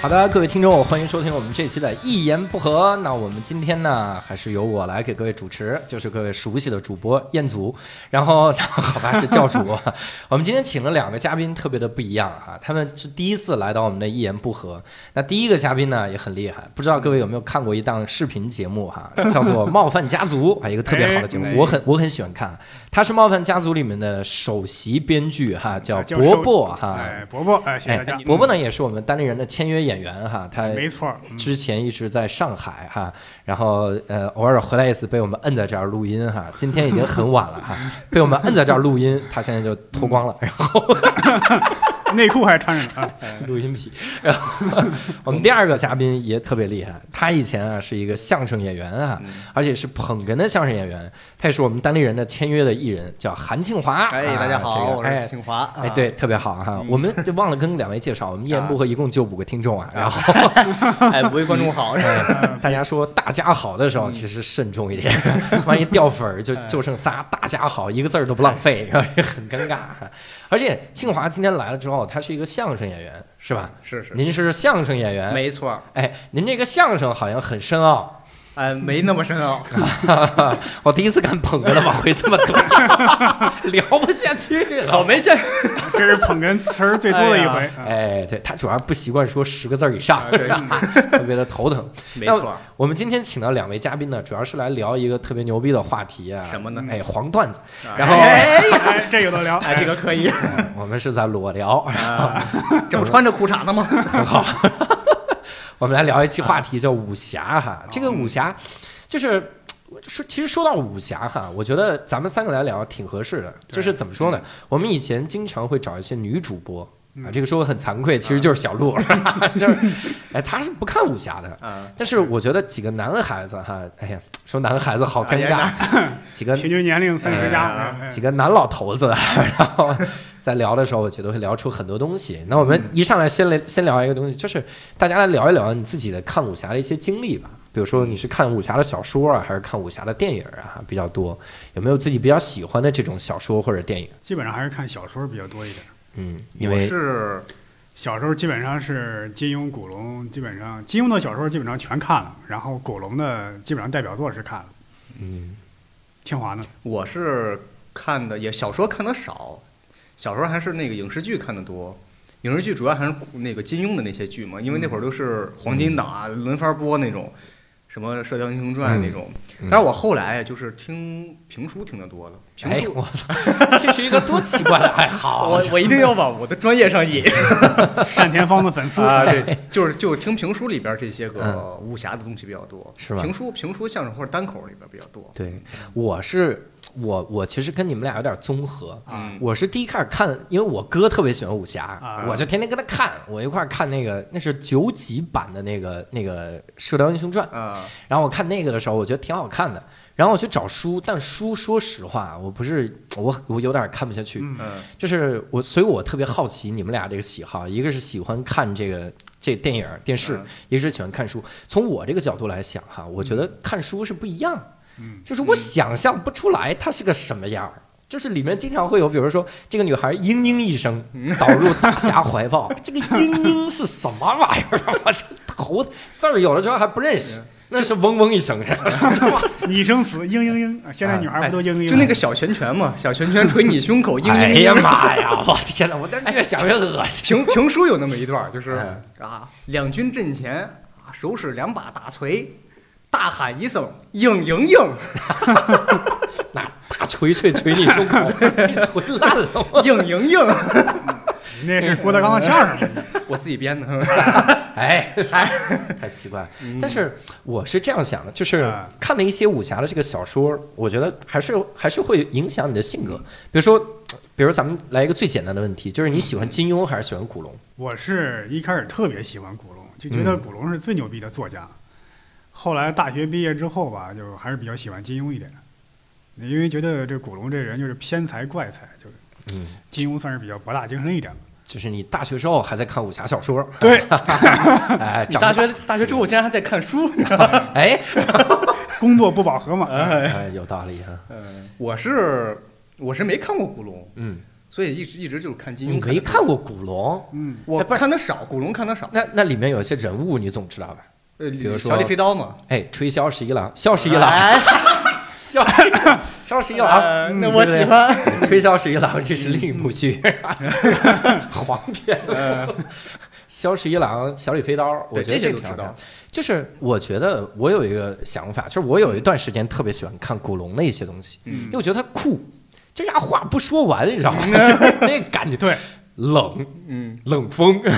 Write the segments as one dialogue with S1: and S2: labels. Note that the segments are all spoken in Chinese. S1: 好的，各位听众，欢迎收听我们这期的《一言不合》。那我们今天呢，还是由我来给各位主持，就是各位熟悉的主播彦祖，然后好吧是教 主。我们今天请了两个嘉宾，特别的不一样啊，他们是第一次来到我们的《一言不合》。那第一个嘉宾呢也很厉害，不知道各位有没有看过一档视频节目哈、叫做《冒犯家族》，啊，一个特别好的节目
S2: 哎，
S1: 我很我很喜欢看。他是《冒犯家族》里面的首席编剧哈、叫
S2: 啊叫
S1: 伯
S2: 首
S1: 伯哈。
S2: 哎，伯伯，哎，谢谢大家。
S1: 啊伯伯呢也是我们单立人的签约演员哈，他
S2: 没错儿，嗯
S1: 之前一直在上海哈，然后呃偶尔回来一次被我们摁在这儿录音哈，今天已经很晚了哈， 被我们摁在这儿录音，他现在就脱光了，然后
S2: 嗯内裤还穿着呢。啊哎
S1: 录音笔。然后 我们第二个嘉宾也特别厉害，他以前啊是一个相声演员啊，
S2: 嗯
S1: 而且是捧哏的相声演员，他也是我们单立人的签约的艺人，叫韩庆华。
S3: 哎，
S1: 啊
S3: 大家
S1: 这个
S3: 好，我
S1: 哎
S3: 是清华。
S1: 哎，
S3: 啊，
S1: 对，特别好哈！
S2: 嗯
S1: 我们就忘了跟两位介 绍，我们一言不合一共就五个听众啊。然后
S3: 哎，五位观众 好。
S1: 哎大
S3: 嗯
S1: 家说大家好的时候，其实慎重一点， 万一掉粉儿就就剩仨大家好，一个字儿都不浪费，
S3: 嗯
S1: 然后也 很尴尬。而且庆华今天来了之后，他是一个相声演员，是吧？
S3: 是是，
S1: 您是相声演员，
S3: 没错儿。
S1: 哎，您这个相声好像很深奥，
S3: 哎，没那么深 奥。
S1: 我第一次看捧哏的往回这么怼， 聊不下去了。
S3: 哦没见。
S2: 这是啊捧哏词儿最多的一回。啊
S1: 哎，对他主要不习惯说十个字儿以上，
S3: 啊对
S1: 特别的头疼。
S3: 没错儿。
S1: 我们今天请到两位嘉宾呢，主要是来聊一个特别牛逼的话题啊，
S3: 什么呢
S1: 哎，黄段子。
S3: 啊
S1: 然后
S3: 哎，
S2: 哎，这有的聊。
S3: 哎这个可以。
S1: 哎我们是在裸聊，
S3: 啊这不穿着裤衩呢吗？
S1: 很好。 我们来聊一期话题叫武侠哈，
S3: 哦
S1: 这个武侠就是。说，其实说到武侠哈，我觉得咱们三个来聊挺合适的。
S2: 对
S1: 就是怎么
S3: 嗯
S1: 说呢？我们以前经常会找一些女主播啊，这个说很惭
S3: 嗯
S1: 愧，其实就是小鹿， 就是哎，她是不看武侠的。
S3: 啊，
S1: 但是我觉得几个男孩子哈，哎呀，说男孩子好尴
S3: 哎
S1: 尬
S3: 呀，
S1: 几个
S2: 平均年龄三十加。
S3: 哎
S2: 哎哎
S1: 几个男老头子， 然后在聊的时候，我觉得会聊出很多东西。那我们
S3: 嗯
S1: 一上来先来先聊一个东西，就是大家来聊一聊你自己的看武侠的一些经历吧。比如说你是看武侠的小说啊，还是看武侠的电影啊比较多？有没有自己比较喜欢的这种小说或者电影？
S2: 基本上还是看小说比较多一点。
S1: 嗯，因
S3: 我
S1: 为
S3: 是
S2: 小时候基本上是金庸、古龙，基本上金庸的小说基本上全看了，然后古龙的基本上代表作是看了。
S1: 嗯，
S2: 清华呢？
S3: 我是看的也小说看的少，小时候还是那个影视剧看的多。影视剧主要还是那个金庸的那些剧嘛，因为那会儿都是黄金档啊，轮番播那种，什么《射雕英雄传》那种。
S1: 嗯
S3: 但是我后来就是听评书听得多了，评
S1: 哎，
S3: 书
S1: 我操，这是一个多奇怪的爱好！啊
S3: 我我一定要往我的专业上引
S2: 单田芳的粉丝。
S3: 啊！对，就是就是听评书里边这些个
S1: 嗯
S3: 武侠的东西比较多，
S1: 是吧
S3: 评书、评书、相声或者单口里边比较多。
S1: 对，我是我我其实跟你们俩有点综合，
S3: 嗯，
S1: 我是第一开始看，因为我哥特别喜欢武侠，
S2: 啊
S1: 我就天天跟他看，我一块儿看那个那是九几版的那个那个《射雕英雄传》，
S3: 啊，
S1: 然后我看那个的时候，我觉得挺好看的。然后我去找书，但书说实话，我不是我我有点看不下去，
S2: 嗯
S3: 嗯，
S1: 就是我，所以我特别好奇你们俩这个喜好，一个是喜欢看这个这电影电视，
S3: 嗯
S1: 一个是喜欢看书。从我这个角度来想哈，我觉得看书是不一样，
S2: 嗯，
S1: 就是我想象不出来它是个什么样儿。就是里面经常会有，比如说这个女孩嘤嘤一声
S3: 嗯
S1: 倒入大侠怀 抱，这个嘤嘤是什么玩意儿？啊我这头字儿有的时候还不认识
S3: 嗯，
S1: 那是嗡嗡一声，
S2: 你生死，嘤嘤嘤。啊现在女孩不都嘤嘤嘤吗？
S3: 就那个小拳拳嘛，小拳拳捶你胸口，嘤嘤嘤
S1: 哎呀妈呀！我天哪，我但越想越恶 心。
S3: 评评书有那么一段儿，就是
S1: 哎
S3: 啊，两军阵前啊，手使两把大锤，大喊一声“应应应
S1: 那大锤锤锤你胸 口，你锤烂了我。
S3: 应应应
S2: 那是郭德纲的相声嘛。”，
S3: 我自己编的。
S1: 哎，嗯太奇怪了。但是我是这样想的，就是
S2: 啊
S1: 看了一些武侠的这个小说，我觉得还是还是会影响你的性格。比如说，比如咱们来一个最简单的问题，就是你喜欢金庸还是喜欢古龙？
S2: 我是一开始特别喜欢古龙，就觉得
S1: 嗯
S2: 古龙是最牛逼的作家。后来大学毕业之后吧，就还是比较喜欢金庸一点，因为觉得这古龙这人就是偏才怪才，就是
S1: 嗯，
S2: 金庸算是比较博大精深一点 吧。
S1: 就是你大学时候还在看武侠小 说，
S2: 对，
S1: 哎，
S3: 你
S1: 长大
S3: 大学大学之后竟然还在看书，
S1: 哎，
S2: 工作不
S1: 嗯
S2: 饱和嘛。
S1: 哎有道理啊。
S3: 我是我是没看过古龙，
S1: 嗯
S3: 所以一直一直就是看金
S1: 你
S3: 庸。
S1: 嗯没看，过古龙？
S2: 嗯，
S3: 我
S1: 哎不是
S3: 看的少，古龙看的少。
S1: 那那里面有些人物你总知道吧？
S3: 呃，比
S1: 如说
S3: 小李飞刀嘛，
S1: 哎，吹箫十一郎，箫十一郎，
S3: 哎
S1: 箫十一郎箫十一郎，
S3: 呃
S2: 嗯
S3: 那我喜欢。
S1: 吹箫十一郎，这是另一部剧， 黄片。
S3: 呃
S1: 萧十一郎、小李飞刀，我
S3: 对
S1: 觉得
S3: 这些
S1: 个
S3: 都
S1: 挺好
S3: 知道
S1: 看。就是我觉得我有一个想法，就是我有一段时间特别喜欢看古龙的一些东西，因
S3: 嗯
S1: 为我觉得他酷，这家话不说完，你知道吗？ 就是那感觉
S2: 对，
S1: 冷
S3: 嗯，
S1: 冷风，
S3: 对，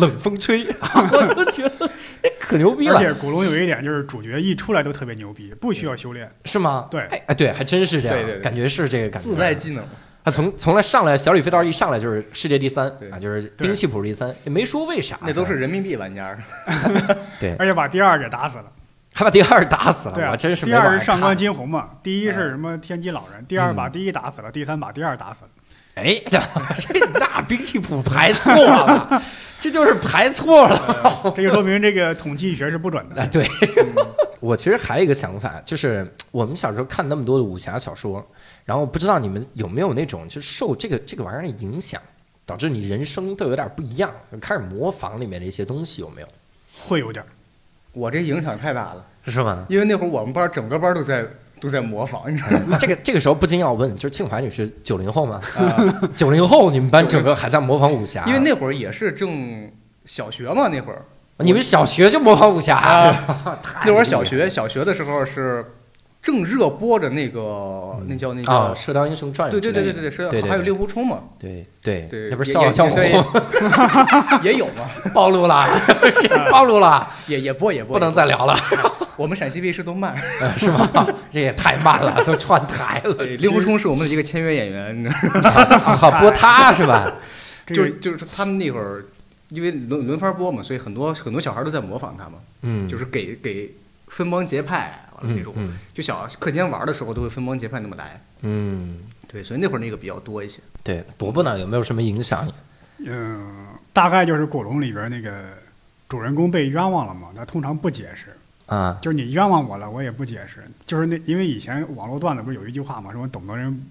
S1: 冷风吹，我就觉得那可牛逼
S2: 而
S1: 了，
S2: 且古龙有一点就是主角一出来都特别牛逼，不需要修炼。
S1: 是吗？
S2: 对
S1: 哎哎，对，还真是这样，
S3: 对对对
S1: 感觉是这个感觉。
S3: 自带技能。
S1: 他从从来上来，小李飞刀一上来就是世界第三
S3: 对
S1: 啊，就是
S2: 对
S1: 兵器谱第三，也没说为啥，
S3: 那都是人民币玩家，
S2: 而且把第二给打死了，
S1: 还把第二打死了，
S2: 对啊，
S1: 我真是
S2: 第
S1: 没往
S2: 二
S1: 外
S2: 是上官
S1: 看。嗯
S2: 金鸿嘛，第一是什么天机老人，第二把第一打死了，第三把第二打死了。
S1: 哎， 这那兵器谱排错了， 这就是排错了。
S2: 这就说明这个统计学是不准
S1: 啊，
S2: 的。
S1: 对，
S3: 嗯
S1: 我其实还有一个想法，就是我们小时候看那么多的武侠小说，然后不知道你们有没有那种，就是受这个这个玩意儿的影响，导致你人生都有点不一样，开始模仿里面的一些东西，有没有？
S2: 会有点儿，
S3: 我这影响太大了，
S1: 是吗？
S3: 因为那会儿我们班整个班都在都在模仿，你知道 吗？
S1: 这个这个时候不禁要问，就是庆华女士九零后吗？
S3: 啊
S1: 九零后你们班整
S3: 90
S1: 个还在模仿武 侠，
S3: 因为那会儿也是正小学嘛，那会儿
S1: 你们小学就模仿武侠，
S3: 啊 那会儿小
S1: 啊
S3: 学小学的时候是正热播着那个那叫那
S1: 啊，《
S3: 叫
S1: 射雕英雄传》
S3: 对
S1: 之
S3: 对
S1: 类
S3: 对
S1: 的
S3: 对对对是
S1: 对，
S3: 还有
S1: 对
S3: 令狐冲嘛，
S1: 对对
S3: 对，
S1: 那不是
S3: 也
S1: 笑傲江湖
S3: 也对也有嘛，
S1: 暴露了， 这暴露了，
S3: 也也播也播，
S1: 不能再聊了。
S3: 也播。我们陕西卫视都慢，
S1: 呃，是 吗？这也太慢了，都串台了。
S3: 令狐冲是我们的一个签约演员，你知道吗
S1: 好播他是 吧？
S2: 这
S3: 就
S2: 个
S3: 就是说他们那会儿。因为轮轮番播嘛，所以很多很多小孩都在模仿他嘛，
S1: 嗯，
S3: 就是给给分帮结派完了
S1: 嗯
S3: 这种，
S1: 嗯
S3: 就小课间玩的时候都会分帮结派那么来，
S1: 嗯，
S3: 对，所以那会儿那个比较多一些。
S1: 对，伯伯呢有没有什么影响？
S2: 嗯，大概就是古龙里边那个主人公被冤枉了嘛，他通常不解释，
S1: 啊，
S2: 就是你冤枉我了，我也不解释。就是那因为以前网络段子不是有一句话嘛，什么懂的人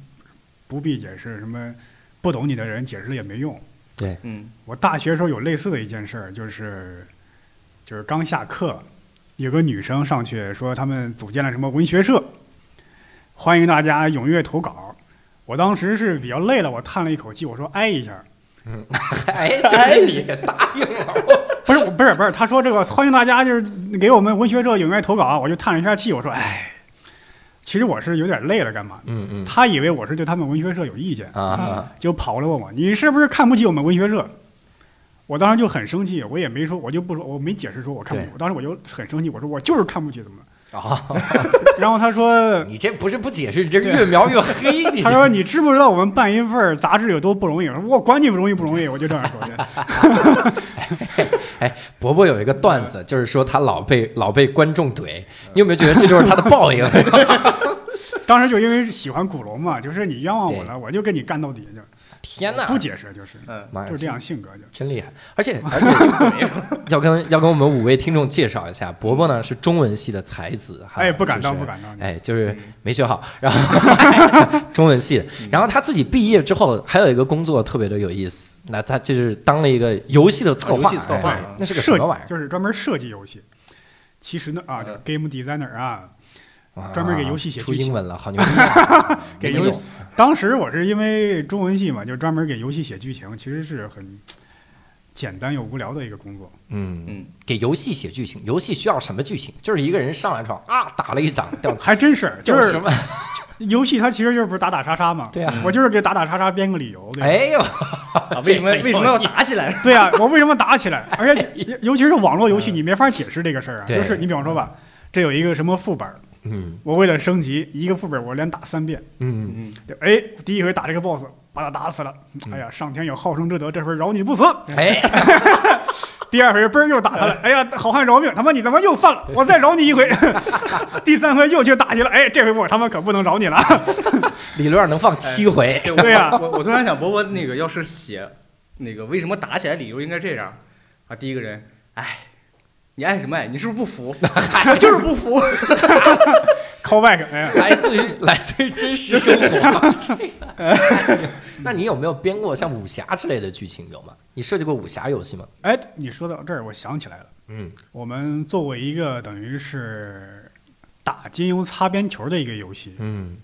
S2: 不必解释，什么不懂你的人解释了也没用。
S1: 对，
S3: 嗯
S2: 我大学时候有类似的一件事儿，就是就是刚下课，有个女生上去说他们组建了什么文学社，欢迎大家踊跃投稿。我当时是比较累了，我叹了一口气，我说哎一下，
S1: 哎， 就是你给答应了，
S2: 不是我不是不是，他说这个欢迎大家就是给我们文学社踊跃投稿，我就叹了一下气，我说哎，其实我是有点累了，干嘛？
S1: 嗯嗯
S2: 他以为我是对他们文学社有意见，
S1: 啊，
S2: 就跑了问我你是不是看不起我们文学社？我当时就很生气，我也没说，我就不说，我没解释说我看不起
S1: 对，
S2: 我当时我就很生气，我说我就是看不起怎么了？
S1: 啊，
S2: 然后他说，
S1: 你这不是不解释，你这越描越黑，你
S2: 他说你知不知道我们办一份杂志有多不容易？我说我管你不容易不容易，我就这样说 的。
S1: 哎，伯伯有一个段子，就是说他老被老被观众怼，
S2: 嗯
S1: 你有没有觉得这就是他的报 应？
S2: 当时就因为喜欢古龙嘛，就是你冤枉我了，我就跟你干到底，就
S1: 天哪，
S2: 不解释，就是
S3: 嗯，
S1: 妈呀
S2: 就是这样性格就。
S1: 真厉害，而 且而且 要跟要跟我们五位听众介绍一下，伯伯呢是中文系的才子，哈
S2: 哎，不敢当，
S1: 就是
S2: 不敢当。嗯
S1: 哎，就是没学好，然后 中文系的，然后他自己毕业之后还有一个工作特别的有意思，那他就是当了一个游戏的策划，
S3: 游
S2: 哦
S3: 戏策划
S1: 哎
S3: 啊
S1: 那是个
S2: 设
S1: 什
S2: 计
S1: 么玩意嗯
S2: 就是专门设计游戏。其实呢啊，就是 game designer 啊，
S1: 儿？
S2: 专门给游
S1: 啊
S2: 戏写
S1: 出
S2: 剧情
S1: 英文了，好牛逼啊！
S2: 给
S1: 没听
S2: 游
S1: 懂
S2: 戏。当时我是因为中文系嘛，就专门给游戏写剧情，其实是很简单又无聊的一个工作。
S1: 嗯，
S3: 嗯，
S1: 给游戏写剧情，游戏需要什么剧情？就是一个人上来之后啊，打了一掌掉，
S2: 还真是，就
S1: 掉
S2: 是
S1: 什么？
S2: 游戏它其实就是不是打打杀杀 嘛。
S1: 对啊
S2: 我就是给打打杀杀编个理由。对吧
S1: 哎呦，
S3: 啊为什么为什么要打 起来？
S2: 对啊，我为什么打 起来？而且尤其是网络游戏，你没法解释这个事儿啊。
S1: 嗯对
S2: 就是你比方说吧，这有一个什么副本儿，
S1: 嗯
S2: 我为了升级一个副本，我连打三遍。
S1: 嗯，
S3: 嗯，
S2: 对哎，第一回打这个 boss，把他打死了。哎呀，上天有好生之德，这回饶你不死。
S1: 哎，
S2: 第二回嘣儿又打他了，哎呀，好汉饶命！他妈你他妈又犯了，我再饶你一回。 第三回又去打去了，哎，这回我他妈可不能饶你了。
S1: 理论上能放七回，
S3: 对
S2: 对呀
S3: 我我突然想，伯伯那个要是写那个为什么打起来理由应该这样啊，第一个人， 哎，你爱什么爱？你是不是不服？我就是不服。
S2: callback，哎呀，
S1: 来自于来自于真实生活。 这个，那你有没有编过像武侠之类的剧情？有吗？你设计过武侠游戏吗？
S2: 哎，你说到这儿，我想起来了，
S1: 嗯，
S2: 我们做过一个等于是打金庸擦边球的一个游戏，
S1: 嗯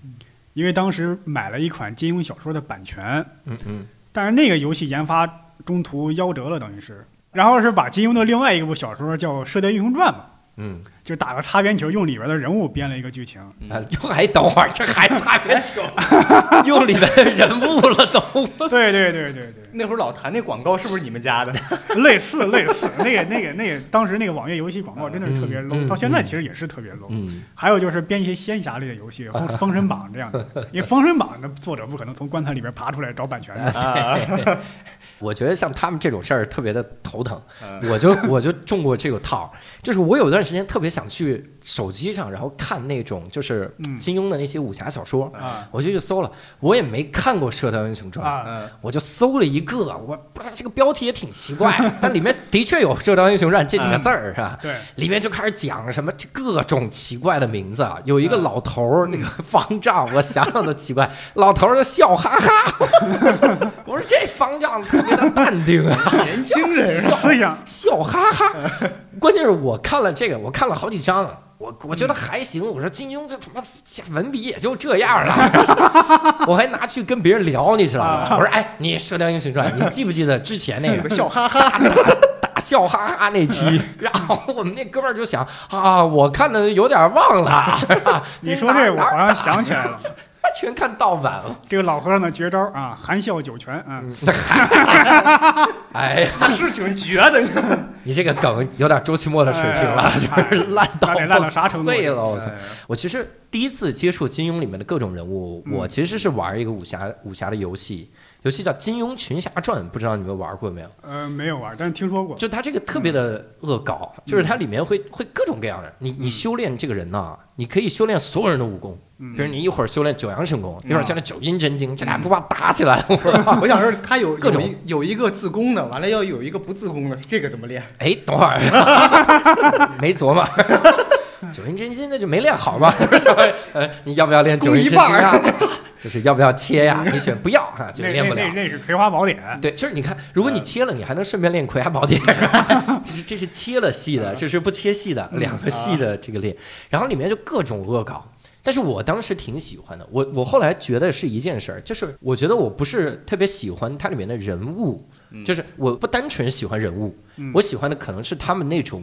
S2: 因为当时买了一款金庸小说的版权，
S1: 嗯嗯，
S2: 但是那个游戏研发中途夭折了，等于是，然后是把金庸的另外一部小说叫《射雕英雄传》嘛，
S1: 嗯，
S2: 就打个擦边球，用里边的人物编了一个剧 情。
S1: 啊，又还等会儿，这还擦边球， 又里面的人物了都。
S2: 对对对对对，
S3: 那会儿老谈那广告是不是你们家的？
S2: 类似类似，那个那个那个，当时那个网页游戏广告真的是特别
S1: 嗯
S2: low，、
S1: 嗯
S2: 到现在其实也是特别 low、
S1: 嗯，
S2: 还有就是编一些仙侠类的游戏，封封神榜这样的，因为封神榜的作者不可能从棺材里边爬出来找版权的。
S1: 啊我觉得像他们这种事儿特别的头疼，
S3: 嗯
S1: 我就我就中过这个套儿，就是我有段时间特别想去手机上，然后看那种就是
S2: 嗯
S1: 金庸的那些武侠小说，
S2: 啊
S1: 我就去搜了，我也没看过《射雕英雄传》
S2: 啊，
S3: 嗯，
S1: 我就搜了一个，我不知道这个标题也挺奇怪，但里面的确有《射雕英雄传》这几
S2: 嗯
S1: 个字儿，是吧？
S2: 对，
S1: 里面就开始讲什么这各种奇怪的名字，啊，有一个老头儿，那个方丈，我想想都奇怪，老头儿就笑哈哈， 我说这方丈特别的淡定啊，
S3: 年轻人是吧
S2: 思想
S1: 笑哈哈。 关键是我看了这个，我看了好几章，我我觉得还行。我说金庸这他妈文笔也就这样了， 我还拿去跟别人聊，你知道吗？
S2: 啊
S1: 我说哎，你《射雕英雄传》，你记不记得之前那
S3: 有
S1: 个
S3: 个笑哈哈，
S1: 大笑哈哈那期？然后我们那哥们儿就想啊，我看的有点忘了。是吧
S2: 你说这我
S1: 哪儿
S2: 好像想起来了，
S1: 哪儿全看盗版了。
S2: 这个老和尚的绝招啊，含笑九泉啊，
S1: 嗯哎呀，
S3: 那是挺绝的。
S1: 你这个梗有点周奇墨的水平了，
S2: 哎
S1: 就是烂到
S2: 那得烂到啥 程度？
S1: 溃了，我操！
S3: 哎
S1: 我其实第一次接触金庸里面的各种人物，
S2: 嗯
S1: 我其实是玩一个武侠武侠的游戏，游戏叫《金庸群侠传》，不知道你们玩过没有？
S2: 呃，没有玩，但是听说过。
S1: 就它这个特别的
S2: 嗯
S1: 恶搞，就是它里面会会各种各样的。你你修炼这个人呐、你可以修炼所有人的武功，
S2: 嗯
S1: 比如你一会儿修炼九阳神功，
S2: 嗯
S1: 一会儿修炼九阴真经，这俩不怕打起来？我 说
S3: 我想说，他有
S1: 各种
S3: 有一有一个自宫的，完了要有一个不自宫的，这个怎么练？
S1: 哎，等会 儿没琢磨。九阴真经那就没练好嘛， 就是说呃，你要不要练九阴真经啊？就是要不要切呀？你选不要啊，就
S2: 那
S1: 练
S2: 那
S1: 不了
S2: 那。那是葵花宝典，
S1: 对，就是你看，如果你切了，你还能顺便练《葵花宝典》， 这是这是切了戏的，这是不切戏的，两个戏的这个练，然后里面就各种恶搞。但是我当时挺喜欢的，我我后来觉得是一件事儿，就是我觉得我不是特别喜欢它里面的人物，
S3: 嗯
S1: 就是我不单纯喜欢人物，
S2: 嗯
S1: 我喜欢的可能是他们那种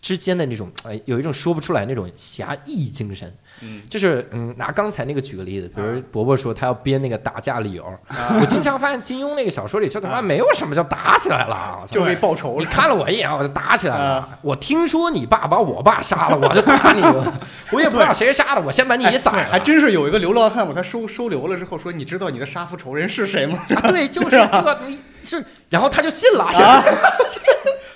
S1: 之间的那种，哎，有一种说不出来那种侠义精神，
S3: 嗯，
S1: 就是嗯，拿刚才那个举个例子，比如
S2: 啊
S1: 伯伯说他要编那个打架理由，
S3: 啊
S1: 我经常发现金庸那个小说里就他妈
S2: 啊
S1: 没有什么叫打起来了，我操
S3: 就为报仇
S1: 你
S3: 了。
S1: 看了我一眼我就打起来了
S3: 啊。
S1: 我听说你爸把我爸杀了，我就打你 了。我也不知道谁杀的，我先把你也宰
S3: 哎
S1: 了。
S3: 还真是有一个流浪汉，把他收收留了之后，说你知道你的杀父仇人是谁吗？
S1: 啊对，就是这个，你是，然后他就信
S3: 啊
S1: 了。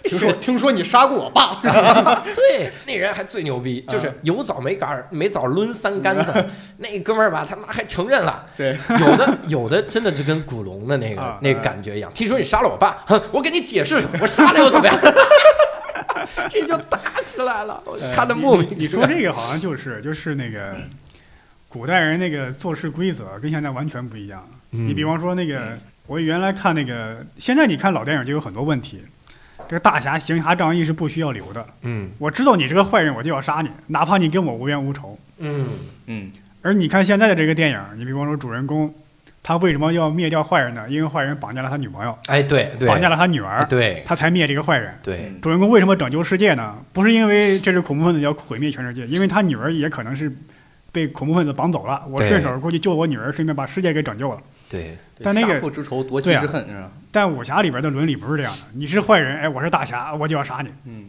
S1: 是
S3: 听说听说你杀过我爸，
S1: 对，那人还最牛逼，就是
S2: 啊
S1: 有枣没杆儿，没枣抡三杆子。
S2: 嗯
S1: 那哥们儿吧，他妈还承认 了。
S3: 对，
S1: 有的有的真的就跟古龙的那个
S2: 啊
S1: 那个感觉一样。听说你杀了我爸，哼，我给你解释，我杀了又怎么样？ 这就打起来了，我看的莫名
S2: 哎呃你你
S1: 其
S2: 说
S1: 妙。
S2: 这个好像就是就是那个古代人那个做事规则跟现在完全不一样。
S1: 嗯
S2: 你比方说那个
S3: 嗯，
S2: 我原来看那个，现在你看老电影就有很多问题。这个大侠行侠仗义是不需要留的，
S1: 嗯
S2: 我知道你这个坏人，我就要杀你，哪怕你跟我无冤无仇。
S1: 嗯
S3: 嗯，
S2: 而你看现在的这个电影，你比方说主人公，他为什么要灭掉坏人呢？因为坏人绑架了他女朋友，
S1: 哎，对对，
S2: 绑架了他女
S1: 哎
S2: 儿，嗯
S1: 对
S2: 他才灭这个坏人。
S1: 对，
S2: 主人公为什么拯救世界呢？不是因为这是恐怖分子要毁灭全世界，因为他女儿也可能是被恐怖分子绑走了，我
S1: 对
S2: 顺手过去救我女儿，顺便把世界给拯救了。
S1: 对，
S3: 对
S2: 但那个
S3: 杀父之仇，夺妻
S2: 对啊
S3: 之恨是吧？
S2: 但武侠里边的伦理不是这样的，你是坏人，哎，我是大侠，我就要杀你
S3: 嗯，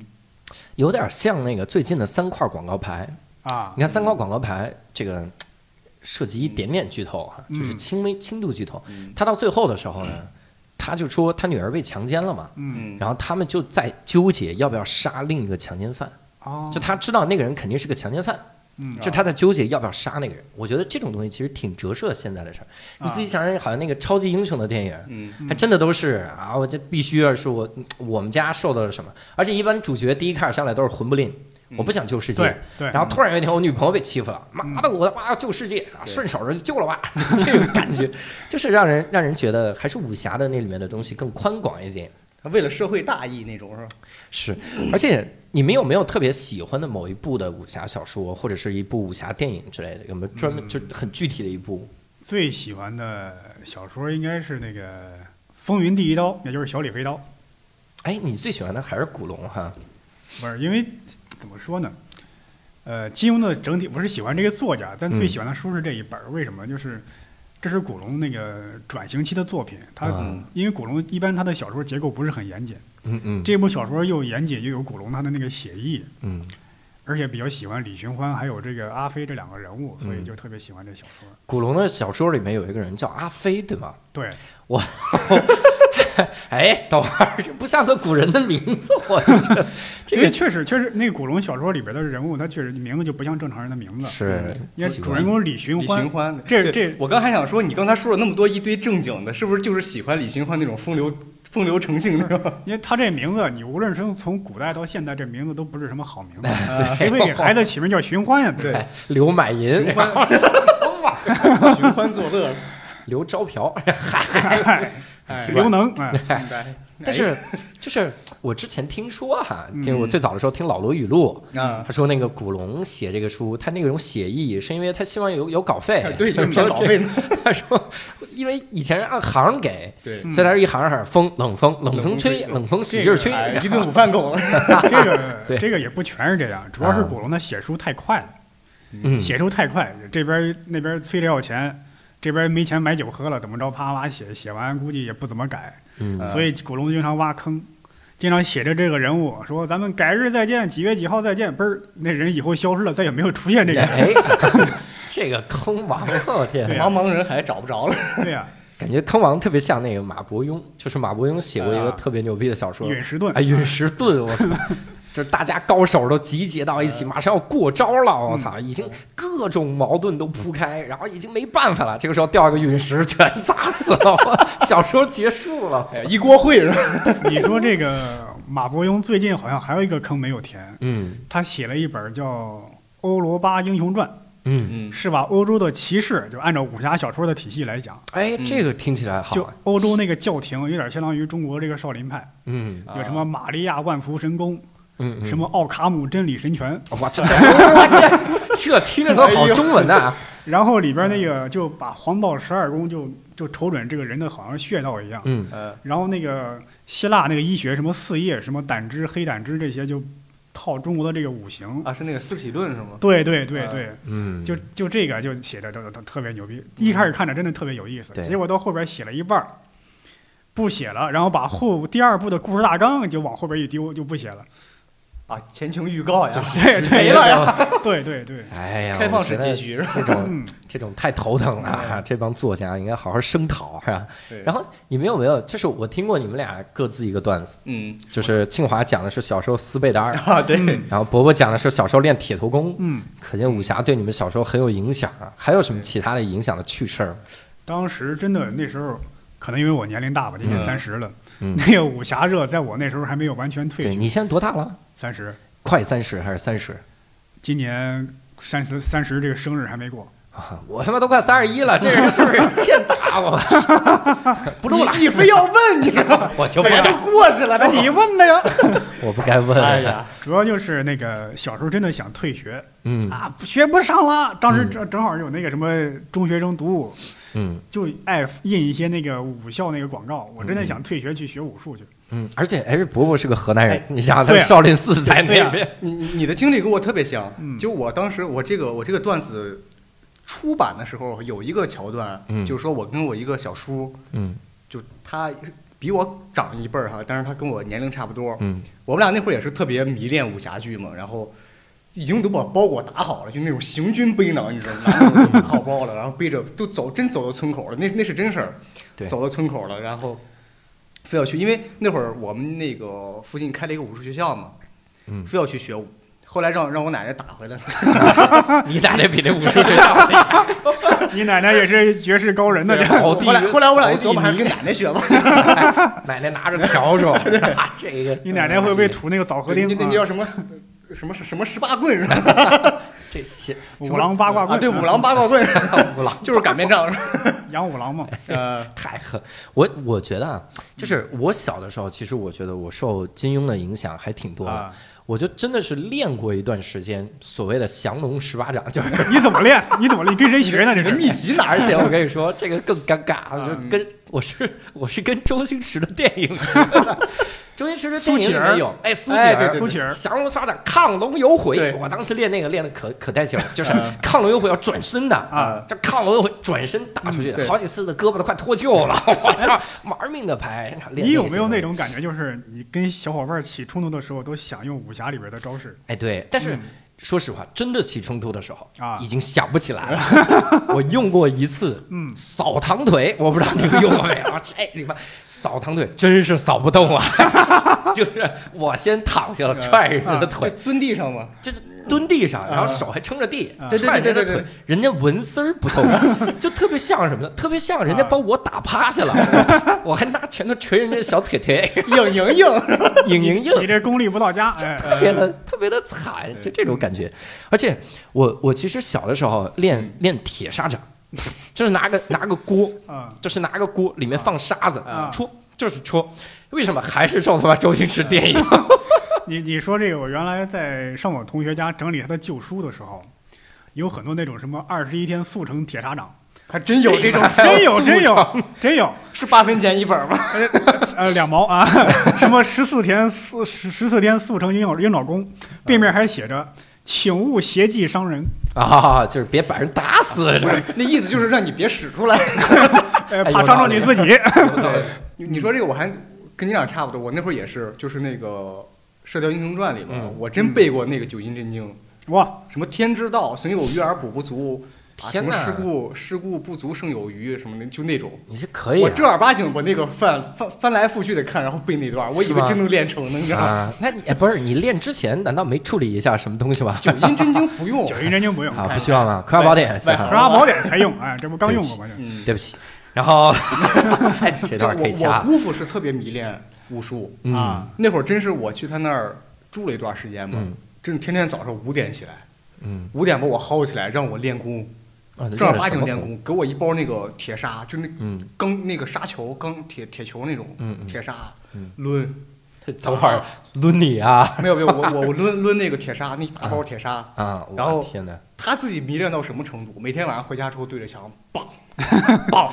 S1: 有点像那个最近的三块广告牌。
S2: 啊
S1: 你！看三块广告牌这个涉及一点点剧透啊，就是
S2: 嗯
S1: 轻微轻度剧透。
S3: 嗯
S1: 他到最后的时候呢，他就说他女儿被强奸了嘛，
S2: 嗯，
S3: 嗯，
S1: 然后他们就在纠结要不要杀另一个强奸犯。
S2: 哦，
S1: 就他知道那个人肯定是个强奸犯，
S2: 嗯
S1: 就他在纠结要不要杀那个人。我觉得这种东西其实挺折射现在的事儿。你自己想想，好像那个超级英雄的电影，
S3: 嗯，
S2: 啊嗯
S1: 还真的都是嗯啊，我这必须要是我我们家受到了什么，而且一般主角第一开始上来都是混不吝，
S3: 嗯
S1: 我不想救世界。
S2: 嗯对对，
S1: 然后突然有一天，我女朋友被欺负了，妈的，我他妈要救世界啊！
S3: 对
S1: 顺手就救了吧， 这个感觉就是让人让人觉得还是武侠的那里面的东西更宽广一点。
S3: 他为了社会大义那种是吧？
S1: 是，而且你们有没有特别喜欢的某一部的武侠小说，或者是一部武侠电影之类的？有没有专门
S2: 嗯
S1: 就很具体的一部？
S2: 最喜欢的小说应该是那个《风云第一刀》，也就是小李飞刀。
S1: 哎，你最喜欢的还是古龙哈？
S2: 不是因为怎么说呢？呃，金庸的整体我是喜欢这个作家，但
S1: 嗯
S2: 最喜欢的书是这一本儿。为什么？就是这是古龙那个转型期的作品。他、
S1: 嗯
S2: 因为古龙一般他的小说结构不是很严谨，
S1: 嗯嗯，
S2: 这部小说又严谨又有古龙他的那个写意，
S1: 嗯
S2: 而且比较喜欢李寻欢还有这个阿飞这两个人物，所以
S1: 嗯
S2: 就特别喜欢这小说。
S1: 古龙的小说里面有一个人叫阿飞，对吗？
S2: 对，
S1: 哎，等会儿这不像个古人的名字，我觉得这
S2: 因为
S1: 个
S2: 确实确实那个古龙小说里边的人物，他确实名字就不像正常人的名字。
S1: 是
S2: 因为
S1: 奇
S2: 主
S1: 怪
S2: 人公李寻
S3: 李
S2: 欢
S3: 寻，欢，
S2: 这
S3: 对
S2: 这
S3: 我刚还想说，你刚才说了那么多一堆正经的，是不是就是喜欢李寻欢那种风流风流成性那 种？
S2: 因为他这名字，你无论是从古代到现代，这名字都不是什么好名
S1: 哎
S2: 字。
S3: 啊
S2: 谁会给孩子起名叫寻欢呀？
S3: 对
S2: 吧，
S1: 刘满银
S3: 寻、欢，寻欢作乐，
S1: 刘招嫖，
S3: 哎
S1: 奇怪
S2: 刘能，哎，
S3: 明白
S1: 但是就是我之前听说哈，
S2: 嗯
S1: 就是我最早的时候听老罗语录，
S3: 哎啊，
S1: 他说那个古龙写这个书，他那种写意是因为他希望有有稿费，
S3: 哎对，就 是骗老妹呢，
S1: 他说因为以前是按行给，
S3: 对
S2: 嗯
S1: 所以他是一行一行风冷风冷风吹
S3: 冷风吹
S1: 冷风使劲吹，
S3: 哎 一顿午饭够了。
S2: 这
S1: 对
S2: 个这个也不全是这样，主要是古龙他写书太快了，
S1: 嗯，
S2: 写书太快，这边那边催着要钱，这边没钱买酒喝了，怎么着啪啪写，写完估计也不怎么改，
S1: 嗯
S3: 啊
S2: 所以古龙经常挖坑。经常写着这个人物说：“咱们改日再见，几月几号再见。”嘣儿，那人以后消失了，再也没有出现这个人。
S1: 哎， 这个坑王，我 天
S2: 对，
S3: 茫茫人海找不着了，
S1: 哎
S2: 对呀、
S1: 感觉坑王特别像那个马伯庸，就是马伯庸写过一个
S3: 啊
S1: 特别牛逼的小说，
S2: 陨石盾
S1: 啊，陨石盾，我操！就是大家高手都集结到一起，马上要过招了，我操！已经各种矛盾都铺开，然后已经没办法了。这个时候掉一个陨石，全砸死了。我小说结束了。
S3: 哎，一锅烩是吧？
S2: 你说这个马伯庸最近好像还有一个坑没有填，
S1: 嗯
S2: 他写了一本叫《欧罗巴英雄传
S1: 嗯，
S3: 嗯》，，
S2: 是把欧洲的骑士，就按照武侠小说的体系来讲，
S1: 哎，
S3: 嗯
S1: 这个听起来好啊
S2: 就。欧洲那个教廷有点相当于中国这个少林派，
S1: 嗯
S2: 有什么玛利亚万福神功，
S1: 嗯，嗯
S2: 什？么奥卡姆真理神拳，
S1: 哇，这这这听着都好中文呐！
S2: 然后里边那
S1: 啊
S2: 个就把黄暴十二宫就就瞅准这个人的好像穴道一样，
S1: 嗯
S3: 呃，
S2: 然后那个希腊那个医学什么四叶什么胆汁黑胆汁这些就套中国的这个五行，
S3: 啊，是那个斯匹顿是吗？
S2: 对对对
S3: 啊
S2: 对。
S1: 嗯，
S2: 就就这个就写的都都特别牛逼，一开始看着真的特别有意思，
S1: 对
S2: 结果到后边写了一半儿，不写了，然后把后第二部的故事大纲就往后边一丢，就不写了。
S3: 啊，前情预告呀，
S2: 对
S1: 是
S2: 对
S1: 这样。
S2: 对对对，
S1: 哎呀，
S3: 开放式
S1: 我觉得
S3: 结局是吧？
S1: 这种
S2: 嗯，
S1: 这种太头疼了啊，这帮作家应该好好声讨啊是吧？
S3: 对
S1: 然后你们有没有？就是我听过你们俩各自一个段子，
S3: 嗯
S1: 就是清华讲的是小时候撕被单 儿，
S3: 啊，对，
S1: 然后伯伯讲的是小时候练铁头功，
S2: 嗯，
S1: 可见武侠对你们小时候很有影响啊。还有什么其他的影响的趣事儿？
S2: 当时真的那时候，可能因为我年龄大吧，接近
S3: 嗯
S2: 三十了，
S1: 嗯
S2: 那个武侠热在我那时候还没有完全退
S1: 对
S2: 去。
S1: 你现在多大了？
S2: 三十，
S1: 快三十还是三十？
S2: 今年三十三十这个生日还没过，
S1: 啊我他妈都快三十一了，这人是不是欠打我？ 不录了，
S3: 你非要问， 你知道吗？
S1: 我就不
S3: 本来都过去了，那 你
S2: 你问的呀？
S1: 我不该问。
S3: 哎 呀，
S2: 主要就是那个小时候真的想退学，
S1: 嗯
S2: 啊，不学不上了。当时
S1: 嗯
S2: 正正好有那个什么中学生读物，
S1: 嗯
S2: 就爱印一些那个武校那个广告。我
S1: 嗯
S2: 真的
S1: 嗯
S2: 想退学去学武术去。
S1: 嗯，而且哎，伯伯是个河南人
S3: 哎，
S1: 你想想他们
S2: 对啊
S1: 少林寺在
S2: 对
S1: 那
S2: 啊
S1: 边，
S3: 你你的经历跟我特别像
S2: 嗯，
S3: 就我当时我这个我这个段子出版的时候有一个桥段
S1: 嗯，
S3: 就是说我跟我一个小叔，
S1: 嗯
S3: 就他比我长一辈儿哈，但是他跟我年龄差不多，
S1: 嗯
S3: 我们俩那会儿也是特别迷恋武侠剧嘛，然后已经都把包裹打好了，就那种行军背囊，你知道吗？拿好包了，然后背着都走，真走到村口了，那那是真事儿
S1: 对，
S3: 走到村口了，然后非要去，因为那会儿我们那个附近开了一个武术学校嘛，
S1: 嗯
S3: 非要去学武。后来让让我奶奶打 回来了，
S1: 你奶奶比那武术学校厉害。
S2: 你奶奶也是绝世高人呢，这
S1: 好
S3: 后来后来我俩就
S1: 琢
S3: 琢磨
S1: 磨
S3: 还是跟奶 奶学吧，
S1: 奶奶拿着笤帚，啊这个
S2: 你奶奶会不会吐那个枣核
S3: 那
S2: 钉
S3: 那那
S2: 啊？
S3: 叫什么什么什么十八棍是吧？
S1: 这些
S2: 嗯五郎八卦
S3: 啊，
S2: 棍，
S3: 对，五郎八 卦棍，
S1: 五郎
S3: 就是擀面杖。是吧
S2: 杨嗯五郎嘛，
S3: 呃，
S1: 太狠！我我觉得啊，就是我小的时候，其实我觉得我受金庸的影响还挺多的。
S2: 啊，
S1: 我就真的是练过一段时间所谓的降龙十八掌，就是
S2: 你怎么练？你怎么你跟谁学呢？这
S3: 你的
S2: 是
S3: 秘籍哪
S1: 而
S3: 儿写？
S1: 且我跟你说，这个更尴尬，
S3: 啊
S1: 就跟我是我是跟周星驰的电影学的。 周星驰的电影里面有，哎，苏乞
S3: 哎对
S1: 儿
S3: 对，
S2: 苏乞儿
S1: 降龙十八掌，亢龙有
S3: 对
S1: 悔。我当时练那个练的可可带劲儿，就是
S3: 啊
S1: 亢龙有悔要转身的
S2: 啊，
S1: 这亢龙有悔转身打出去
S3: 嗯对，
S1: 好几次的胳膊都快脱臼 了，我操，玩命的排。练
S2: 你有
S1: 那
S2: 没
S1: 些
S2: 有
S1: 东西？
S2: 那种感觉，就是你跟小伙伴起冲突的时候，都想用武侠里边的招式
S1: 哎，对，但是
S3: 嗯
S1: 说实话，真的起冲突的时候，
S2: 啊
S1: 已？经想不起来了。 我用过一次
S2: 嗯，
S1: 扫堂腿，我不知道你们用过没有？这你妈扫堂腿真是扫不 动啊！就是我先躺下
S3: 嗯
S1: 了，踹人家的腿，
S3: 就蹲地上嘛，
S1: 就是蹲地上，
S3: 啊
S1: 然后手还撑着地，
S2: 啊
S1: 踹人家的
S3: 对对对对
S1: 腿，人家纹丝儿不动， 就特别像什么呢？特别像人家
S2: 啊
S1: 把我打趴下了，我还拿拳头捶人家小腿腿，
S3: 硬硬硬，
S1: 硬硬硬。
S2: 你这功力不到家，哎，
S1: 特 别的特别的惨，就这种感觉。而且我我其实小的时候练练铁砂掌， 就是拿个拿个锅，
S2: 啊，
S1: 就是拿个锅里面放沙子
S2: 啊
S1: 戳，就是戳。为什么还是受他妈周星驰电 影？
S2: 你你说这个，我原来在上我同学家整理他的旧书的时候，有很多那种什么二十一天速成铁砂掌，
S3: 还真有这种，
S2: 真有真有真有，
S3: 是八分钱一本吗？
S2: 呃，两毛啊，什么十四天速十十四天速成鹰脑鹰脑功，背面还写着请勿邪技伤人，
S1: 啊，就是别把人打死。是吧
S3: 那意思就是让你别使出来。
S1: 哎
S2: 呃，怕
S1: 有
S2: 伤
S1: 道
S2: 着
S1: 理
S2: 你自己。
S1: 对
S3: 你你说这个我还跟你俩差不多，我那会儿也是，就是那个《射雕英雄传》里面，
S1: 嗯
S3: 我真背过那个九阴真经，
S2: 哇，
S3: 什么天之道，损有余而补不足，啊什
S1: 天
S3: 么
S1: 哪
S3: 事故事故不足胜有余，什么的，就那种。
S1: 你是可以
S3: 我
S1: 啊
S3: 正儿八经，我那个翻翻翻来覆去的看，然后背那段，我以
S1: 是
S3: 为
S1: 吗
S3: 真能练成呢，你知道吗？
S1: 啊，那你哎不是你练之前难道没处理一下什么东西吗？
S3: 九阴真经不 用
S2: 九，阴真经不用，
S1: 啊，
S2: 十
S1: 不需要了，葵花宝典行
S3: 外行
S2: 八宝典才用，哎，这不刚用过吗？
S3: 嗯，
S1: 对不起。然后哎 这
S3: 就
S1: 段可以
S3: 我我
S1: 掐。
S3: 姑父是特别迷恋武术，
S1: 嗯
S2: 啊
S3: 那会儿真是我去他那儿住了一段时间嘛，
S1: 嗯
S3: 真的天天早上五点起来，
S1: 嗯，
S3: 五点把我薅起来让我练功，
S1: 啊
S3: 正儿八经练。功，给我一包那个铁砂，就那
S1: 嗯
S3: 钢那个砂球，钢铁铁球那种
S1: 嗯嗯
S3: 铁砂
S1: 嗯
S3: 抡，
S1: 等会儿抡你啊！
S3: 没有没有，我我我抡抡那个铁砂，那大包铁砂，
S1: 啊！我
S3: 然后
S1: 天哪，
S3: 他自己迷恋到什么程度？每天晚上回家之后对着墙棒棒，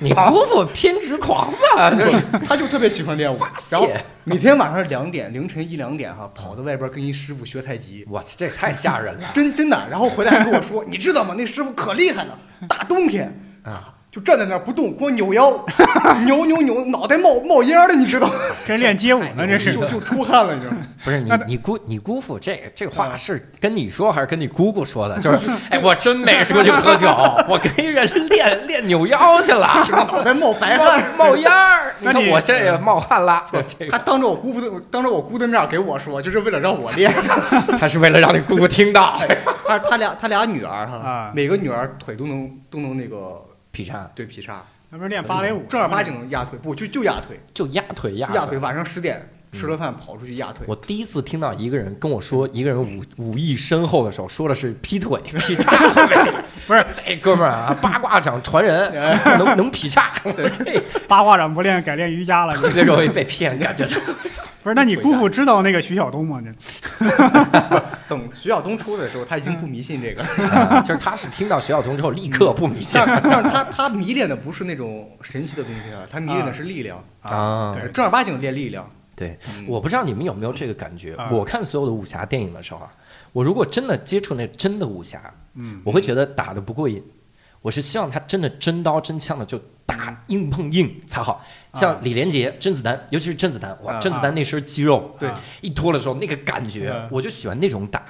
S1: 你姑父偏执狂吧？这啊是
S3: 他就特别喜欢练武
S1: 发，泄
S3: 然后每天晚上两点凌晨一两点哈，跑到外边跟一师傅学太极，
S1: 我操，这也太吓人了！
S3: 真真的，然后回来还跟我说，你知道吗？那师傅可厉害了，大冬天啊。就站在那儿不动，光扭腰，扭扭扭，脑袋冒冒烟儿的，你知道吗？
S2: 这练街舞呢，这是
S3: 就就出汗了，你知道吗？
S1: 不是你
S2: 那得
S1: 你姑你姑父这这话是跟你说还是跟你姑姑说的？ 就是哎，我真没出去喝酒，我跟人练练扭腰去了，
S3: 脑袋冒白
S1: 冒
S3: 汗。
S1: 冒烟儿。哎你
S2: 那
S1: 看
S2: 你
S1: 我现在也冒汗了。我这
S3: 他
S1: 个
S3: 当着我姑父的，当着我姑的面给我说，就是为了让我练。
S1: 他是为了让你姑姑听到。
S3: 他他俩他俩女儿哈
S2: 啊，
S3: 每个女儿腿都能都能那个
S1: 劈叉
S3: 对劈叉，
S2: 那不是练芭蕾舞，
S3: 正儿八。经压腿，不就就压腿，
S1: 就压腿压
S3: 压腿。晚上十点吃了饭跑出去压腿。
S1: 我第一次听到一个人跟我说一个人武武艺深厚的时候，说的是劈腿劈叉，
S2: 不是
S1: 这哥们儿啊，八卦掌传人，能能劈叉，
S3: 对
S1: 这
S2: 八卦掌不练，改练瑜伽了。
S1: 特别容易被骗，感觉。
S2: 不是，那你姑父知道那个徐晓东吗？你
S3: 等徐晓东出的时候，他已经不迷信这个，
S1: 啊就是他是听到徐晓彤之后立刻不迷信
S3: 但但是他他迷恋的不是那种神奇的东西啊，他迷恋的是力量，
S1: 啊
S2: 对
S3: 正儿八经练力量。
S1: 对，
S3: 嗯
S1: 我不知道你们有没有这个感觉
S2: 啊。
S1: 我看所有的武侠电影的时候啊，我如果真的接触那真的武侠，
S2: 嗯，
S1: 我会觉得打的不过瘾。我是希望他真的真刀真枪的就打硬碰硬才好。像李连杰、甄子丹，尤其是甄子丹，哇，
S3: 啊
S1: 甄子丹那身肌肉，
S3: 对
S2: 啊
S1: 一脱的时候那个感觉
S3: 嗯，
S1: 我就喜欢那种打。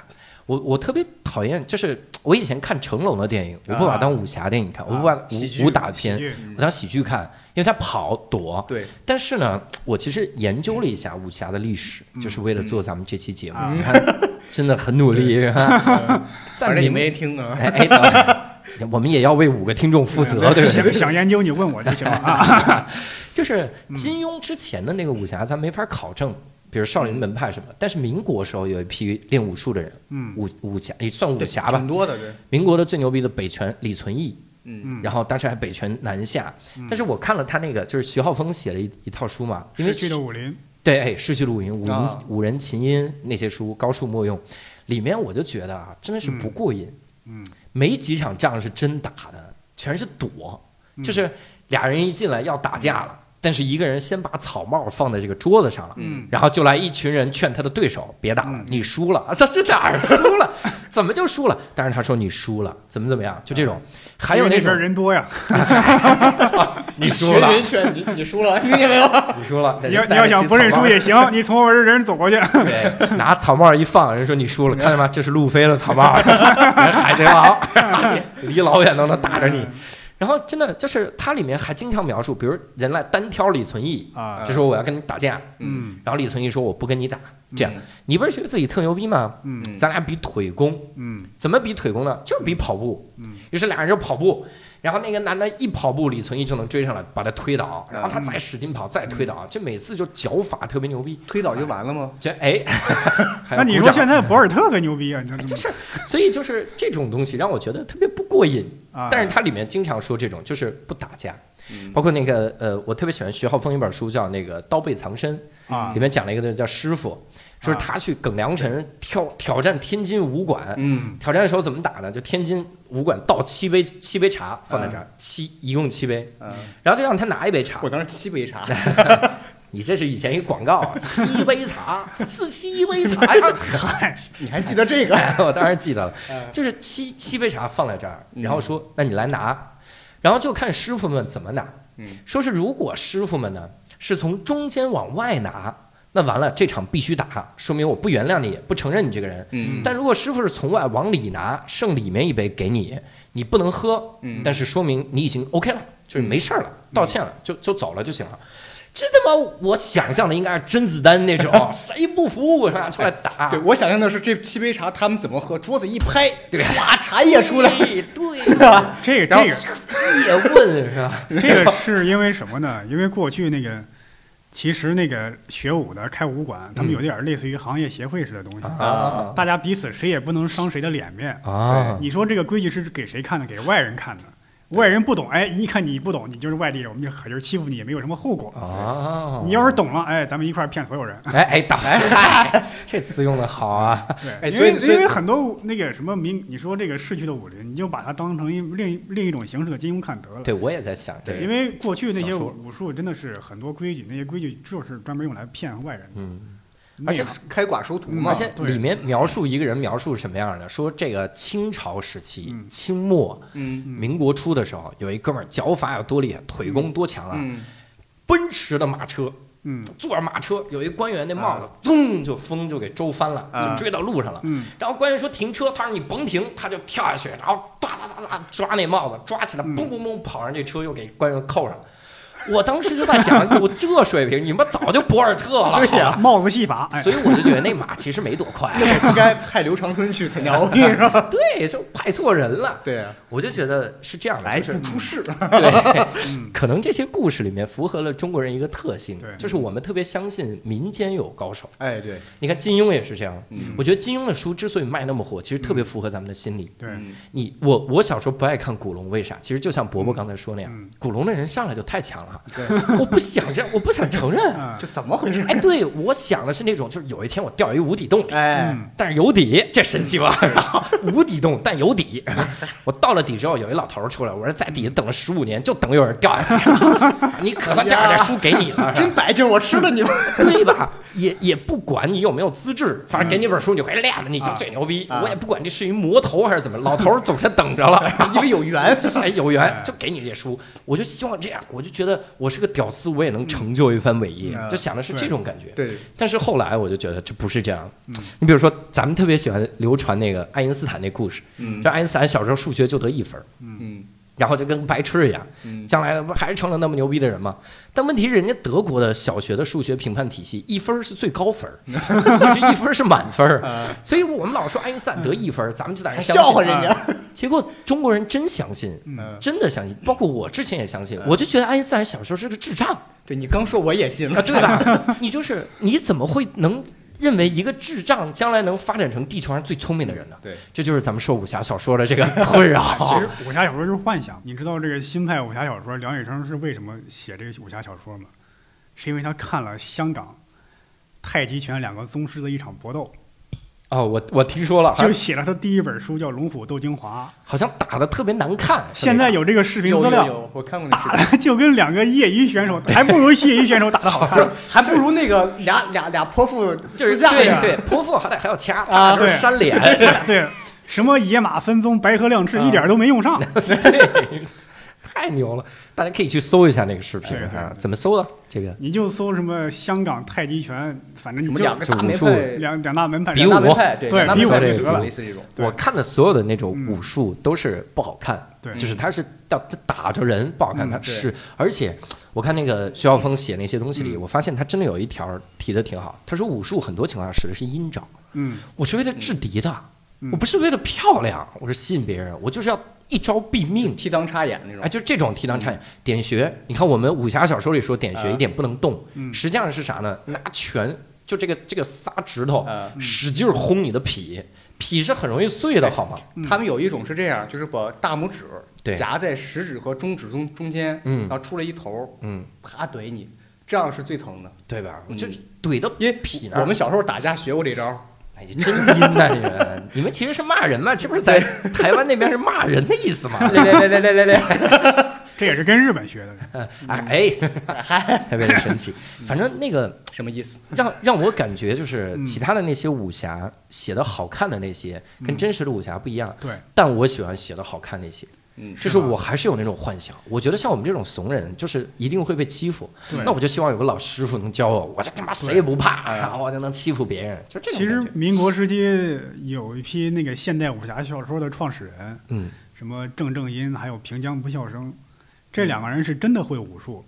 S1: 我我特别讨厌，就是我以前看成龙的电影，我不把它当武侠电影看，我不把
S3: 啊喜剧
S1: 武武打
S2: 喜
S1: 片，
S2: 剧
S1: 我当喜剧看，因为他跑躲。
S3: 嗯对，
S1: 但是呢，我其实研究了一下武侠的历史，
S3: 嗯
S1: 就是为了做咱们这期节目，
S2: 啊
S1: 你看，真的很努 力。在
S3: 反正
S1: 你
S3: 你
S1: 们
S3: 们也听啊。
S1: 哎哎等，我们也要为五个听众负 责，对不对？
S2: 想想研究 你问我就行了啊。
S1: 就是金庸之前的那个武侠，咱没法考证，比如少林门派什么。但是民国时候有一批练武术的人，
S2: 嗯
S1: 武武侠也算武
S3: 对
S1: 侠吧
S3: 挺。多 的，对，
S1: 民国的最牛逼的北拳李存义，
S3: 嗯，
S2: 嗯，
S1: 然后当时还北拳南下。但是我看了他那个，就是徐浩峰写了一一套书嘛，因为
S2: 失去的武林，
S1: 对，哎，失去了五音，五人
S3: 啊
S1: 五人琴音那些书，高处莫用，里面我就觉得啊，真的是不过瘾，
S2: 嗯，
S1: 没几场仗是真打的，全是躲，
S2: 嗯
S1: 就是俩人一进来要打架了，但是一个人先把草帽放在这个桌子上了。
S2: 嗯
S1: 然后就来一群人劝他的对手别打了
S2: 嗯，
S1: 你输了， 啊这这哪儿输了？ 怎么就输了？但是他说你输了，怎么怎么样，就这种。还有
S2: 啊因为
S1: 那
S2: 边
S1: 种
S2: 人多呀，
S1: 你输了，
S3: 群群你 你输了，听见没有？
S1: 你输了。
S2: 你要你要想不认输也行， 你从我这人走过去，
S1: 对， 拿草帽一放，人说你输了，看见吗？这是路飞的草帽， 人海贼王， 离老远都能打着你。然后真的就是它里面还经常描述，比如人来单挑李存义，
S2: 啊，
S1: 就说我要跟你打架，
S3: 嗯，
S2: 嗯
S1: 然后李存义说我不跟你打，这样你不是觉得自己特牛逼吗？
S2: 嗯
S1: 咱俩比腿功，
S2: 嗯
S1: 怎么比腿功呢？就是比跑步。
S2: 嗯，
S1: 于是俩人就跑步，然后那个男的一跑步，李存义就能追上来，把他推倒，
S2: 嗯
S1: 然后他再使劲跑，再推倒，就每次就脚法特别牛逼。
S3: 推倒就完了吗？
S1: 这哎，还有
S2: 那你
S1: 鼓
S2: 说
S1: 掌
S2: 现在博尔特最牛逼啊，你
S1: 就
S2: 这
S1: 是，所以就是这种东西让我觉得特别不过瘾。
S2: 啊，
S1: 但是它里面经常说这种，就是不打架，
S3: 嗯
S1: 包括那个呃，我特别喜欢徐浩峰一本书叫那个《刀背藏身》，
S2: 啊
S1: 里，面讲了一个东西叫师傅，说是他去耿良辰挑挑战天津武馆，
S3: 嗯
S1: 挑战的时候怎么打呢？就天津武馆倒七杯七杯茶放在这儿，七一共七杯，
S3: 嗯，
S1: 然后就让他拿一杯茶
S3: 我，当时七杯茶，
S1: 你这是以前一广告啊，七杯茶是七杯茶哎呀。
S2: 嗨，
S3: 你还记得这 个？
S1: 我当然记得了
S3: 嗯，
S1: 就是七七杯茶放在这儿，
S3: 嗯
S1: 然后说那你来拿，然后就看师傅们怎么拿
S3: 嗯。
S1: 说是如果师傅们呢是从中间往外拿，那完了这场必须打，说明我不原谅你，不承认你这个人。
S3: 嗯
S1: 但如果师傅是从外往里拿，剩里面一杯给你，你不能喝，
S3: 嗯
S1: 但是说明你已经 OK 了，就是没事儿了，道歉了，就就走了就行了。这他妈我想象的应该是甄子丹那 种，谁不服我上出来打。
S3: 对我想象的是这七杯茶他们怎么喝，桌子一拍，唰茶叶出来，
S2: 这
S1: 然后
S2: 这个
S1: 叶问是吧？
S2: 这个是因为什么呢？因为过去那个，其实那个学武的开武馆，他们有点儿类似于行业协会似的东西，
S1: 啊
S2: 大家彼此谁也不能伤谁的脸面。
S1: 啊！
S2: 你说这个规矩是给谁看的？给外人看的。外人不懂，哎，一看你不懂，你就是外地人，我们就可劲儿欺负你，也没有什么后果。
S1: 哦，
S2: 你要是懂了，哎，咱们一块儿骗所有人。
S1: 哎哎打哎，这词用的好啊！
S2: 对，
S3: 哎
S2: 因
S3: 所以
S2: 为
S3: 所以
S2: 因为很多那个什么民，你说这个逝去的武林，你就把它当成一另一另一种形式的金庸看得 了。
S1: 对我也在想这
S2: 因
S1: 个，
S2: 为过去那些
S1: 小说
S2: 武武术真的是很多规矩，那些规矩就是专门用来骗外人的。
S1: 嗯，
S3: 而且
S2: 那个
S3: 开寡收徒
S2: 嗯
S3: 嘛，
S1: 而且
S2: 对
S1: 里面描述一个人描述什么样的？说这个清朝时期、
S2: 嗯
S1: 清末、
S3: 嗯
S2: 嗯
S1: 民国初的时候，有一哥们儿脚法有多厉害，腿功多强啊！
S3: 嗯
S1: 奔驰的马车，
S2: 嗯
S1: 坐着马车，有一官员那帽子，噌就风就给周翻了，
S3: 啊
S1: 就追到路上了。
S2: 嗯
S1: 然后官员说停车，他说你甭停，他就跳下去，然后哒哒哒哒抓那帽子，抓起来，
S2: 嗯
S1: 嘣嘣嘣跑上这车，又给官员扣上了。我当时就在想，哎我这水平，你们早就博尔特了，
S3: 对呀
S2: 帽子戏法，哎，
S1: 所以我就觉得那马其实没多 快，
S3: 那我应该派刘长春去参加奥运是 吧？
S1: 对，就派错人了。
S3: 对啊，
S1: 我就觉得是这样的，
S3: 来
S1: 就是
S3: 不出世，
S1: 对，
S2: 嗯
S1: 可能这些故事里面符合了中国人一个特性
S2: 对，
S1: 就是我们特别相信民间有高手。
S3: 哎对，
S1: 你看金庸也是这样，
S3: 嗯
S1: 我觉得金庸的书之所以卖那么火，其实特
S2: 嗯
S1: 别符合咱们的心理。
S2: 对，
S3: 嗯
S1: 你我我小时候不爱看古龙，为啥？其实就像伯伯刚才说那样
S2: 嗯，
S1: 古龙的人上来就太强了，
S3: 对，
S1: 我不想这样，我不想承认。
S2: 啊
S3: 这怎么回事？
S1: 哎，对我想的是那种，就是有一天我掉一无底洞里，
S3: 哎，
S2: 嗯
S1: 但是有底，这神奇 吧？然后无底洞但有底，我到了底之后，有一老头儿出来，我说在底下等了十五年，就等有人掉下 来，你可算掉下来，书给你了，是吧
S3: 啊真白这我吃 了你们，
S1: 对吧？也也不管你有没有资质，反正给你本书，你回来练了，你就最牛逼。
S3: 啊
S1: 我也不管这是一魔头还是怎么，老头儿总是等着了，
S3: 因为有缘。
S1: 哎，有缘就给你这书，我就希望这样，我就觉得我是个屌丝，我也能成就一番伟业，
S3: 嗯
S1: 就想的是这种感觉。
S3: 对，
S1: 但是后来我就觉得这不是这样。
S2: 嗯
S1: 你比如说，咱们特别喜欢流传那个爱因斯坦那故事，
S3: 嗯
S1: 就爱因斯坦小时候数学就得一分儿，
S3: 嗯
S1: 然后就跟白痴一样，
S3: 嗯
S1: 将来不还是成了那么牛逼的人吗？但问题是，人家德国的小学的数学评判体系，一分儿是最高分 儿，就是一分儿是满分儿。
S3: 啊，
S1: 所以我们老说爱因斯坦得一分儿，咱们就在那
S3: 还
S1: 儿
S3: 笑话
S1: 相
S3: 人
S1: 信。啊
S3: 家，
S1: 结果中国人真相信，
S2: 嗯
S1: 真的相信，包括我之前也相信
S3: 嗯，
S1: 我就觉得爱因斯坦小时候是个智障，
S3: 对你刚说我也信
S1: 啊，
S3: 了，
S1: 对吧？你就是你怎么会能认为一个智障将来能发展成地球上最聪明的人呢？
S3: 对，
S1: 这就是咱们受武侠小说的这个 困
S2: 其
S1: 扰。
S2: 实武侠小说就是幻想。你知道这个新派武侠小说梁羽生是为什么写这个武侠小说吗？是因为他看了香港太极拳两个宗师的一场搏斗，
S1: 哦，我我听说
S3: 啊
S1: 了，好
S2: 就
S1: 像
S2: 写了他第一本书叫《龙虎斗精华
S1: 好像打的特别难看。》。
S2: 现在有这个视频
S3: 有
S2: 资
S3: 有
S2: 料，
S3: 有，我看过那视
S2: 打
S3: 频，
S2: 的就跟两个业余 选手，还不如业余选手打的好
S3: 不是
S2: 看。
S3: 还不如那个俩俩俩泼妇
S1: 啊就是
S3: 私架
S1: 对
S3: 呀
S1: 对，泼妇好歹还要掐，
S3: 啊
S1: 他就是
S2: 对
S1: 扇脸。
S2: 对，什么野马分鬃、白鹤亮
S3: 嗯
S2: 翅，一点都没用上。
S1: 对，太牛了！大家可以去搜一下那个视频
S2: 对对
S1: 啊，
S2: 对
S1: 怎么搜的？这个
S2: 你就搜什么香港太极拳，反正
S3: 什
S2: 你
S3: 么
S2: 就
S3: 两个大梅
S1: 就武
S3: 派，
S2: 两两大门派。
S1: 比武
S3: 大梅派，对
S2: 对
S3: 两大
S1: 比
S3: 门
S1: 武
S3: 派
S1: 这个
S3: 就
S1: 得了
S3: 类似这种，
S2: 对
S1: 我看的所有的那种
S2: 嗯
S1: 武术都是不好看，
S2: 对
S1: 就是他是要打着人不好看，
S2: 嗯
S1: 他
S3: 对
S1: 是而且我看那个徐晓峰写那些东西里，
S2: 嗯
S1: 我发现他真的有一条提的挺好，他说武术很多情况下使的是阴招，
S2: 嗯，
S1: 我是为了制敌的，
S2: 嗯
S1: 我不是为了漂亮，我是吸引别人，我就是要一招毙命。
S3: 踢裆插眼那种
S1: 哎，。就这种提裆插眼点穴，你看我们武侠小说里说点穴
S3: 啊
S1: 一点不能动，
S2: 嗯
S1: 实际上是啥呢？拿拳就这个这个仨指头
S3: 呃，
S1: 使劲儿轰你的脾，脾是很容易碎的，好吗？
S2: 嗯
S3: 他们有一种是这样，就是把大拇指
S1: 对
S3: 夹在食指和中指中中间，
S1: 嗯
S3: 然后出了一头儿，
S1: 嗯，
S3: 啪怼你，这样是最疼的。
S1: 对吧？我
S3: 嗯
S1: 就怼到
S3: 因为
S1: 痞啊那儿
S3: 我们小时候打架学过这招儿，
S1: 哎，你真阴呐、你们！你们其实是骂人嘛？这不是在台湾那边是骂人的意思哎吗？
S3: 来来来来来来，
S2: 这也是跟日本学的。
S1: 哎，
S3: 嗨，
S1: 特别的神奇。 反正那个
S3: 什么意思？
S1: 让让我感觉就是
S2: 嗯
S1: 其他的那些武侠写的好看的那些，跟
S2: 嗯
S1: 真实的武侠不一样。
S2: 对，
S1: 但我喜欢写的好看那些，
S3: 嗯，
S1: 就是
S2: 是吧
S1: 我还是有那种幻想。我觉得像我们这种怂人，就是一定会被欺负。
S2: 对
S1: 那我就希望有个老师傅能教我，我这他妈谁也不怕，
S3: 对
S1: 然后我就能欺负别人，就这种
S2: 其实
S1: 感觉
S2: 民国时期有一批那个现代武侠小说的创始人，
S1: 嗯，
S2: 什么郑正音还有平江不孝生，
S1: 嗯
S2: 这两个人是真的会武术，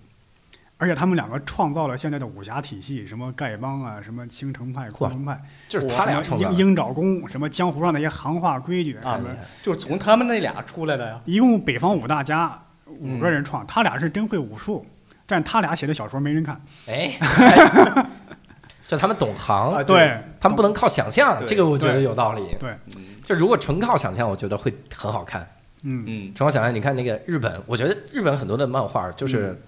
S2: 而且他们两个创造了现在的武侠体系，什么丐帮啊，什么青城派、崆峒派，
S1: 就是
S2: 什
S1: 他俩
S2: 么
S1: 创造
S2: 鹰
S1: 的。
S2: 鹰爪功，什么江湖上那些行话规矩
S3: 啊
S2: 什么
S1: 厉害
S3: 就是从他们那俩出来的呀。
S2: 一共北方五大家
S1: 嗯
S2: 五个人创，他俩是真会武术，但他俩写的小说没人看。
S1: 哎， 就他们懂行，
S3: 啊
S2: 对，
S1: 他们不能靠想象，
S3: 对
S1: 这个我觉得有道理。
S2: 对，
S3: 嗯
S1: 就如果纯靠想象，我觉得会很好看。
S2: 嗯，
S3: 嗯，
S1: 纯靠想哎象，你看那个日本，我觉得日本很多的漫画就是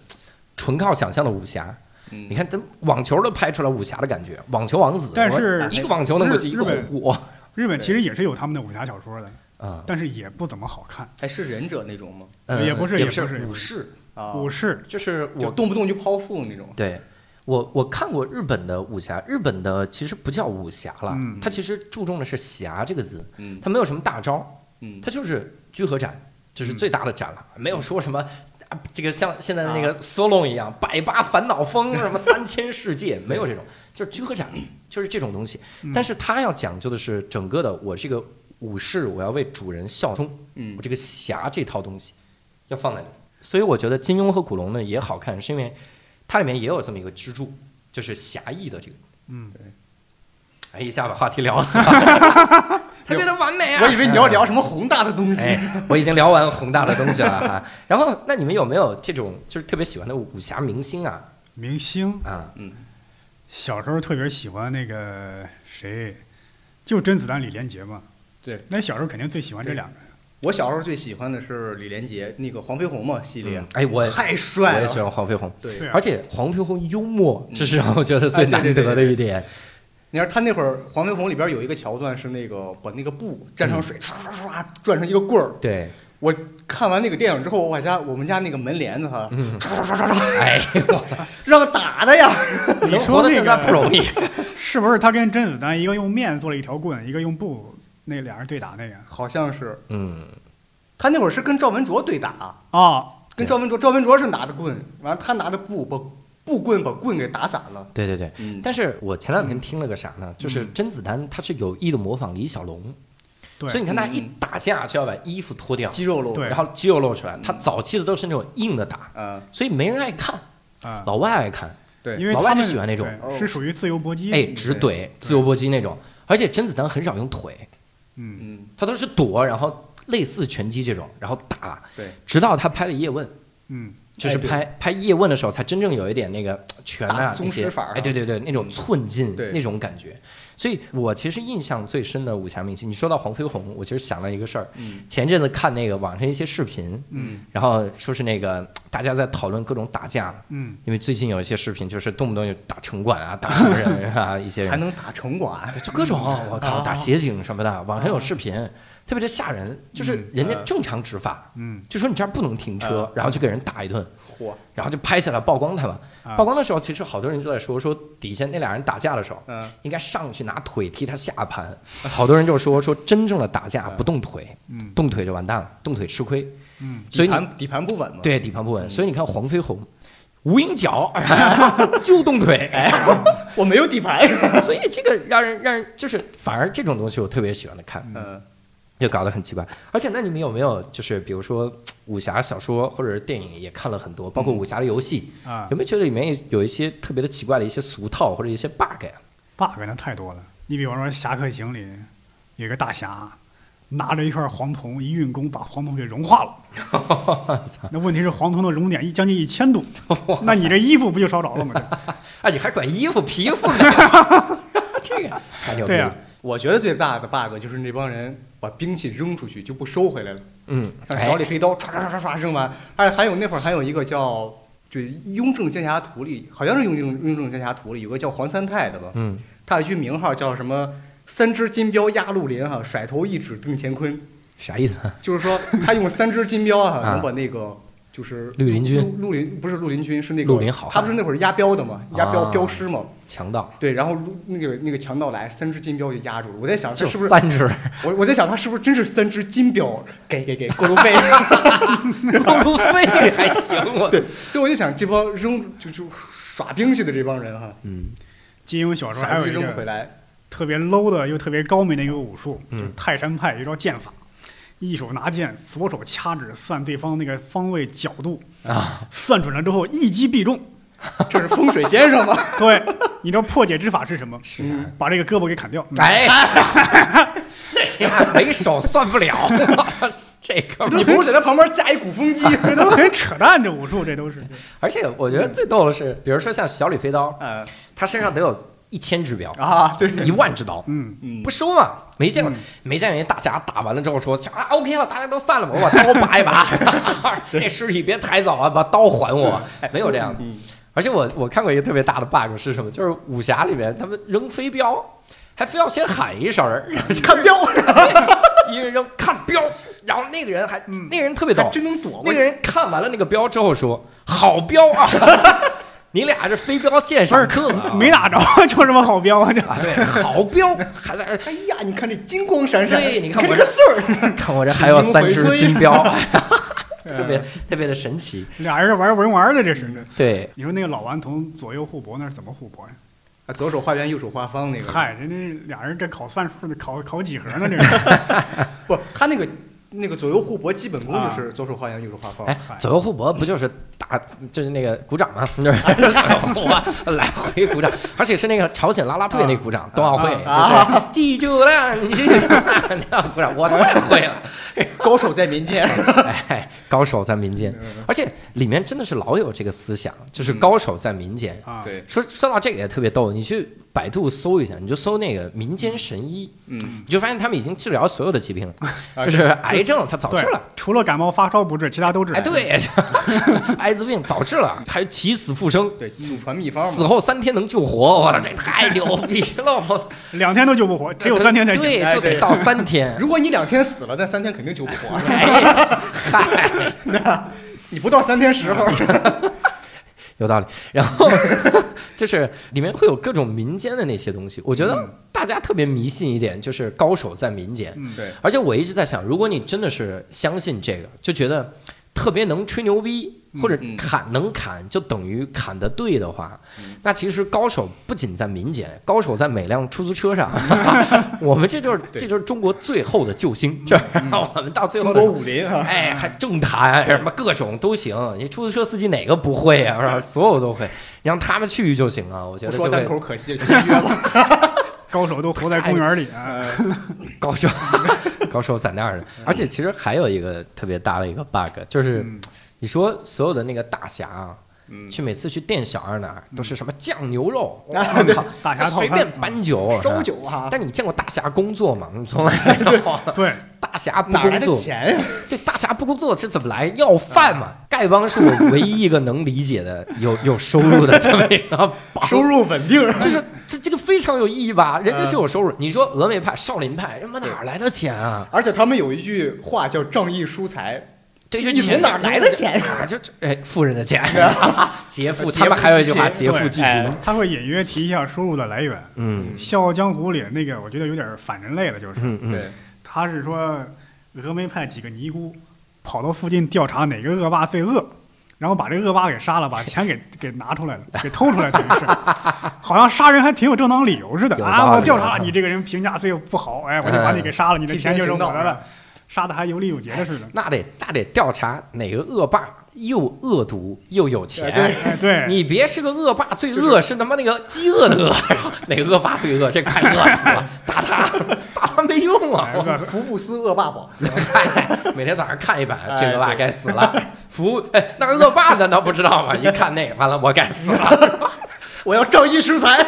S1: 纯靠想象的武侠。
S3: 你
S1: 你，看，咱网球都拍出来武侠的感觉，网球王子，
S2: 但
S1: 我
S2: 是哎
S1: 一个网球能过去
S2: 日
S1: 一个
S2: 日本
S1: 火
S2: 日本其实也是有他们的武侠小说的，
S1: 啊，
S2: 但是也不怎么好看。
S3: 哎，是忍者那种吗？
S1: 嗯
S2: 也不是
S1: 也不
S2: 也不是
S1: 是
S2: 也
S1: 武
S2: 不是
S1: 士，
S3: 啊，
S2: 武士，
S1: 就是
S3: 就
S1: 我
S3: 动不动就剖腹那种。
S1: 对我我看过日本的武侠，日本的其实不叫武侠了，
S2: 嗯
S1: 它其实注重的是侠这个字，
S3: 嗯
S1: 它没有什么大招，
S3: 嗯，
S1: 它就是聚合展，这是
S2: 嗯
S1: 最大的展了，没有说什么。啊这个像现在的那个 solo 一样，百八烦恼 风，什么三千世界，没有这种，就是聚合展，就是这种东西。
S2: 嗯
S1: 但是它要讲究的是整个的，我这个武士，我要为主人效忠，
S3: 嗯
S1: 我这个侠这套东西要放在里面。所以我觉得金庸和古龙呢也好看，是因为它里面也有这么一个支柱，就是侠义的这个。
S2: 嗯，
S1: 哎，一下把话题聊 死了，特别的完美啊！
S3: 我以为你要聊什么宏大的东 西。
S1: 哎，我已经聊完宏大的东西了哈。 然后，那你们有没有这种就是特别喜欢的武侠明星啊？
S2: 明星
S1: 啊，
S3: 嗯，
S2: 小时候特别喜欢那个谁，就甄子丹、李连杰嘛。
S3: 对，
S2: 那小时候肯定最喜欢这两个。
S3: 我小时候最喜欢的是李连杰那个黄飞鸿嘛系列
S1: 嗯，哎，我
S3: 太
S1: 我
S3: 帅
S1: 也喜
S3: 了。
S1: 欢黄飞鸿，
S2: 啊
S3: 对
S2: 对啊
S1: 而且黄飞鸿幽默，
S3: 嗯
S1: 这是让我觉得最难得的一点。
S3: 你看他那会儿《黄飞鸿》里边有一个桥段是那个把那个布沾
S1: 嗯
S3: 上水，唰唰唰转成一个棍儿。
S1: 对，
S3: 看完那个电影之后，我把家我们家那个门帘子哈，
S1: 嗯，
S3: 唰唰唰唰唰
S1: 哎，
S3: 让打的呀。
S1: 你能
S2: 你
S1: 活
S2: 说
S1: 到
S2: 那
S1: 现在不
S2: 个
S1: 容 易。
S2: 是不是他跟甄子丹一个用面做了一条棍，一个用布，那俩人对打那个？
S3: 好像是
S1: 嗯，
S3: 他那会儿是跟赵文卓对打，
S2: 啊，
S3: 跟赵文卓，赵文卓是拿的棍，完了他拿的布把布棍把棍给打散了。
S1: 对对对。
S3: 嗯，
S1: 但是我前两天听了个啥呢？就是甄子丹他是有意的模仿李小龙，
S2: 嗯对嗯
S1: 所以你看他一
S3: 嗯
S1: 打架就要把衣服脱掉，
S3: 肌肉喽。
S2: 对
S1: 然后肌肉露出来。他早期的都是那种硬的打，
S3: 呃，
S1: 所以没人爱看，
S2: 啊，
S1: 老外爱看。
S3: 对，
S2: 因为
S1: 老
S2: 他
S1: 外就
S2: 们
S1: 喜欢那种
S2: 对是属于自由搏击。
S1: 哎，直怼、自由搏击那种。而且甄子丹很少用腿，
S2: 嗯，
S3: 嗯，
S1: 他都是躲，然后类似拳击这种，然后打。
S3: 对，哎
S1: 直到他拍了《叶问》，
S2: 嗯
S1: 就是拍、拍叶问的时候，才真正有一点那个拳
S3: 打
S1: 啊
S3: 宗
S1: 那些
S3: 师法儿啊
S1: 哎，对对对，那种寸劲，
S3: 对
S1: 那种感觉。所以我其实印象最深的武侠明星，你说到黄飞鸿，我其实想到一个事儿，
S3: 嗯
S1: 前一阵子看那个网上一些视频，
S3: 嗯，
S1: 然后说是那个大家在讨论各种打架，
S2: 嗯，
S1: 因为最近有一些视频就是动不动就打城管啊，打什么人啊，一些
S3: 嗯还
S1: 人
S3: 能打城管，
S1: 就各种，我靠，
S3: 啊
S1: 打协警什么的，网上有视频，特别的吓人，就是人家
S3: 嗯呃
S1: 正常执法，
S2: 嗯
S1: 就说你这儿不能停车
S3: 嗯，
S1: 然后就给人打一顿。
S3: 嚯，
S1: 然后就拍下来曝光他们。
S2: 啊
S1: 曝光的时候，其实好多人都在说，说底下那俩人打架的时候，
S3: 嗯，
S1: 应该上去拿腿踢他下盘。好多人就说，说真正的打架不动腿，
S2: 嗯
S1: 动腿就完蛋了，动腿吃亏。
S2: 嗯，
S1: 所以
S3: 底
S1: 你
S3: 盘底盘不稳嘛，，
S1: 对底盘不稳，所以你看黄飞鸿。无影脚 就动腿，哎，
S3: 我没有底盘，
S1: 所以这个让人让人就是反而这种东西我特别喜欢的看，
S3: 嗯
S1: 就搞得很奇怪。而且那你们有没有就是比如说武侠小说或者是电影也看了很多，包括武侠的游戏，
S2: 啊
S1: 有没有觉得里面有一些特别的奇怪的一些俗套或者一些 bug 呀、
S2: ，bug 那太多了。你比方说《侠客行》里有一个大侠，拿着一块黄铜，一运功把黄铜给融化了。 那问题是黄铜的熔点一将近一千度，那你这衣服不就烧着了吗？ 这
S1: 啊，你还管衣服、皮肤呢 这个太牛逼
S2: 对
S1: 了！
S2: 呀、
S3: 我觉得最大的 bug 就是那帮人把兵器扔出去就不收回来了，
S1: 嗯，
S3: 像小
S1: 哎
S3: 李飞刀唰唰唰唰唰扔完，而且还有那会儿还有一个叫就《雍正剑侠图》里，好像是《雍正雍正剑侠图》里有个叫黄三泰的吧，
S1: 嗯，
S3: 他有一句名号叫什么“三只金镖压绿林”哈，甩头一指定乾坤，
S1: 啥意思？
S3: 就 是说他用三只金镖哈、
S1: 啊
S3: 能把那个。就是
S1: 绿林军
S3: 陆陆林不是陆林军，是那个
S1: 绿林好汉
S3: 他不是那会儿押镖的嘛，押镖
S1: 啊
S3: 镖师嘛，
S1: 强盗
S3: 对，然后陆那个那个强盗来，三只金镖就压住了。我在想，这
S1: 就是
S3: 不是
S1: 三只，
S3: 我我在想，他是不是真是三只金镖？给给给，过 路费。
S1: 路费还行，我
S3: 对，所以我就想，这帮扔就就耍兵器的这帮人哈，
S1: 嗯
S2: 金庸小说还
S3: 耍
S2: 有
S3: 一
S2: 一
S3: 扔回
S2: 个
S3: 来，
S2: 特别 low 的又特别高明的一个武术，
S1: 嗯
S2: 就是泰山派有一招剑法，一手拿剑，左手掐指算对方那个方位角度，
S1: 啊，
S2: 算准了之后一击必中。
S3: 这是风水先生 吗？
S2: 对，你知道破解之法是什么？
S1: 是啊
S2: 把这个胳膊给砍掉。
S1: 哎， 这样没手算不了， 这哥们儿
S3: 你 不如在他旁边架一鼓风机，
S2: 这都很扯淡，这武术这都是。
S1: 而且我觉得最逗的是，比如说像小李飞刀，
S3: 嗯
S1: 他身上得有一千只镖，
S3: 啊，对，
S1: 一万只刀，
S2: 嗯，
S3: 嗯
S1: 不，收嘛，没见过，没见过人家大侠打完了之后说啊 OK 了，大家都散了吧，我把刀拔一 拔，那尸体别抬走啊，把刀还我，没有这样的。
S3: 嗯，
S1: 而且我我看过一个特别大的 bug 是什么，就是武侠里面他们扔飞镖，还非要先喊一声儿，
S3: 看镖，
S1: 一人扔看镖，然后那个人还、
S2: 嗯
S1: 那个人特别
S3: 还
S1: 逗，
S3: 真能躲过
S1: 那个人看完了那个镖之后说好镖啊， 你俩是飞镖鉴赏课啊，
S2: 没打着，就这么好标啊！这
S1: 啊，对，好镖还在这
S3: 哎呀，你看这金光闪闪，
S1: 对你看
S3: 看
S1: 我
S3: 这个穗 儿，
S1: 看我这还有三只金镖， 啊特别特别的神奇。
S2: 俩人玩文玩的，这是。
S1: 对，
S2: 你说那个老顽童左右互搏，那是怎么互搏呀？
S3: 啊左手画圆，右手画方那个，
S2: 嗨，人家俩人这考算数的，考考几何呢？这是。
S3: 不，他那个那个左右互搏基本功就是左手画圆，右手画方，
S1: 啊哎，左右互搏不就是打就是那个鼓掌吗？ 就是来回来回鼓掌，而且是那个朝鲜啦啦队那鼓掌，冬奥会就是 记住了，你 那样鼓掌，我他妈也会了。
S3: 高手在民间，
S1: 哎，高手在民间，而且里面真的是老有这个思想，就是高手在民间。
S2: 啊，
S3: 对，
S1: 说说到这个也特别逗，你去百度搜一下，你就搜那个民间神医，
S3: 嗯，
S1: 你就发现他们已经治疗所有的疾病了，
S3: 啊
S1: 就是癌症他早
S2: 对
S1: 治了，，
S2: 除了感冒发烧不治，其他都治。
S1: 哎，，对， 艾滋病早治了，还有起死复生，
S3: 对，祖传
S2: 哦
S3: 秘方嘛，
S1: 死后三天能救活，我操，这太牛逼了，我操，
S2: 两天都救不活，只有三天才行。
S1: 对，
S3: 哎
S1: 就得
S3: 对
S1: 到三天，
S3: 如果你两天死了，那三天肯定救不活了。
S1: 哎，嗨，
S3: 你不到三天时候，
S1: 嗯有道理。然后 就是里面会有各种民间的那些东西，我觉得
S3: 嗯
S1: 大家特别迷信一点，就是高手在民间。
S2: 嗯
S3: 对，
S1: 而且我一直在想，如果你真的是相信这个，就觉得特别能吹牛逼，或者
S3: 嗯嗯
S1: 砍能砍，就等于砍得对的话
S3: 嗯，
S1: 那其实高手不仅在民间，高手在每辆出租车 上。我们这就是
S3: 对嗯
S1: 这就是中国最后的救星，就是 我们到最后
S3: 中
S1: 的
S3: 国
S1: 时候。
S3: 武林啊，
S1: 哎，还政 坛什么各种都行，你出租车司机哪个不会啊？是吧？所有都会，你让他们去就行啊。我觉
S3: 不
S1: 得
S3: 说
S1: 就
S3: 单
S1: 会
S3: 口可惜，签约吧。
S1: 哎
S2: 高手都活在公园里啊。
S1: 高手， 高手在那儿呢。而且其实还有一个特别大的一个 bug，就是
S2: 嗯
S1: 你说所有的那个大侠啊，
S3: 嗯，
S1: 去每次去店小二那儿都是什么酱牛肉，我
S2: 啊对
S1: 靠，
S2: 大侠
S1: 就
S2: 套
S1: 随
S2: 餐
S1: 便搬酒
S3: 嗯
S4: 收
S1: 酒。
S4: 酒啊，
S1: 但你见过大侠工作吗？你从来没有。
S2: 对，
S1: 大侠不
S4: 哪
S1: 工
S4: 来的
S1: 作，
S4: 钱呀？
S1: 这大侠不工作是怎么来？要饭嘛？丐帮是我唯一一个能理解的有 有收入的这么一个 帮
S3: 收入稳定，
S1: 就是这这个非常有意义吧？人家是有收入，你说峨眉派、少林派，他妈哪儿来的钱啊？
S3: 而且他们有一句话叫“仗义疏财
S1: 对，就
S4: 你从哪儿来的钱呀？
S1: 哪儿就哎，富人的钱，劫富。
S3: 劫
S1: 他们
S3: 富
S1: 还有一
S3: 济
S1: 句话，
S3: 贫
S1: 劫富
S2: 对
S1: 济
S4: 哎
S1: 贫。
S2: 他会隐约提一下收入的来源。
S1: 嗯
S2: 《笑傲江湖》里那个，我觉得有点反人类了，就是
S1: 嗯”。嗯，
S3: 对，
S2: 他是说峨眉派几个尼姑跑到附近调查哪个恶霸最恶，然后把这恶霸给杀 了，把钱给给拿出来了，给偷出来这个事儿，好像杀人还挺有正当理由似的
S1: 有道
S2: 啊！
S1: 理
S2: 我调查
S1: 有道理
S2: 你这个人评价最不好，哎，我就把你给杀了，你的
S3: 替
S2: 钱
S3: 天
S2: 就
S3: 行
S2: 是我
S3: 道
S2: 的了，
S1: 哎
S2: 杀的还有理有节的似的。
S1: 那得那得调查哪个恶霸又恶毒又有钱。
S3: 对
S2: 哎，对，
S1: 你别是个恶霸，最恶是他妈那个饥饿的饿，然后哪个恶 霸最恶？这快饿死了，打他， 打他没用啊！
S2: 哎恶
S3: 福布斯恶霸榜，
S1: 嗨，每天早上看一版，这恶霸
S3: 哎对
S1: 该死了。服务，哎，那个恶霸难道不知道吗？一看那个，完了，我该死了，
S3: 我要仗义 疏财。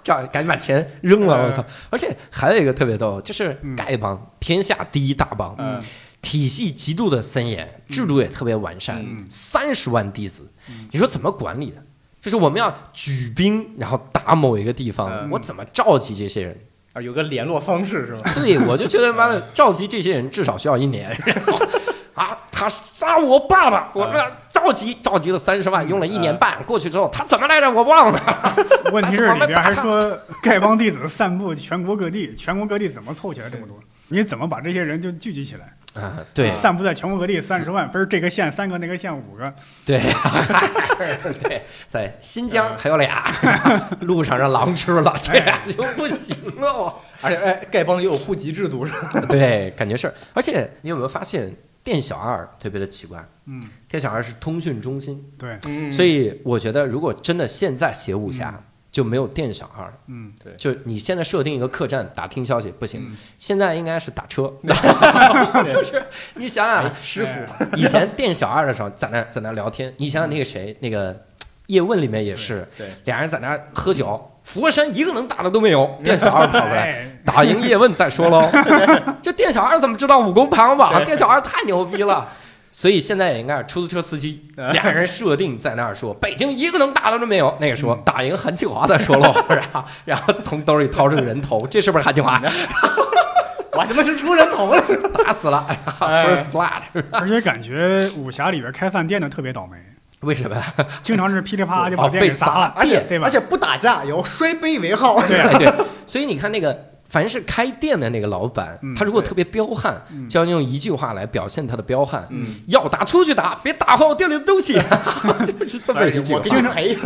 S1: 这样赶紧把钱扔了，我操
S2: 嗯！
S1: 而且还有一个特别逗，就是
S2: 嗯
S1: 丐帮天下第一大帮，
S3: 嗯
S1: 体系极度的森严，制度也特别完善
S3: 嗯，
S1: 三十万弟子，你说怎么管理的？就是我们要举兵，然后打某一个地方，
S3: 嗯
S1: 我怎么召集这些人？
S3: 啊，有个联络方式是吧？
S1: 对，我就觉得妈的，召集这些人至少需要一年。然后 啊，他杀我爸爸，
S3: 嗯
S1: 我们召集召集了三十万，用了一年半。过去之后，他怎么来着？我忘 了。
S2: 问题
S1: 但是
S2: 是
S1: 我
S2: 里
S1: 们
S2: 边还
S1: 打
S2: 说丐帮弟子散布全国各地，全国各地怎么凑起来这么多？你怎么把这些人就聚集起来？
S1: 啊，对
S2: 散布在全国各地三十万，不是这个县三个，那个县五个，
S1: 对 对，在新疆
S3: 嗯
S1: 还有 俩，路上让狼吃
S3: 哎
S1: 了，这俩就不行了。我
S3: 而且哎，丐帮也有户籍制度是吧？
S1: 对，感觉是。而且你有没有发现，店小二特别的奇怪？
S2: 嗯，
S1: 店小二是通讯中心，
S2: 对，
S3: 嗯
S1: 所以我觉得如果真的现在写武侠，就没有店小二了。
S2: 嗯，
S1: 就你现在设定一个客栈打听消息不行，
S2: 嗯
S1: 现在应该是打车， 就是你想想，
S3: 师傅
S2: 哎
S1: 以前店小二的时候在那在那聊天，你想想那个谁那个叶问里面也是，
S3: 对，
S1: 俩人在那喝酒，佛山一个能打的都没有，店小二跑过来。
S2: 哎，
S1: 打赢叶问再说 喽，这店小二怎么知道武功排行榜？店小二太牛逼了，所以现在也应该是出租车司机，
S3: 嗯
S1: 俩人设定在那儿 说，北京一个能打的都没有。那个说
S3: 嗯
S1: 打赢韩庆华再说 喽，然后然后从兜里掏出个人头，这是不是韩庆华？
S3: 嗯我他妈是出人 头了。
S1: 打死了然后，first
S3: 哎
S1: blood，
S2: 而且感觉武侠里边开饭店的特别倒霉，
S1: 为什么？
S2: 经常是噼里啪啦就把
S1: 哦
S2: 店给
S1: 被
S2: 砸了，
S1: 砸而且
S2: 对吧？
S3: 而且不打架也要摔杯为号。
S2: 对
S1: 哎
S2: 啊
S1: 对对，所以你看那个。凡是开店的那个老板，
S2: 嗯
S1: 他如果特别彪悍，
S2: 嗯
S1: 就要用一句话来表现他的彪悍：
S3: 嗯，
S1: 要打出去打，别打坏我店里的东 西。 就是这么一句
S3: 我
S1: 话
S3: 给。你赔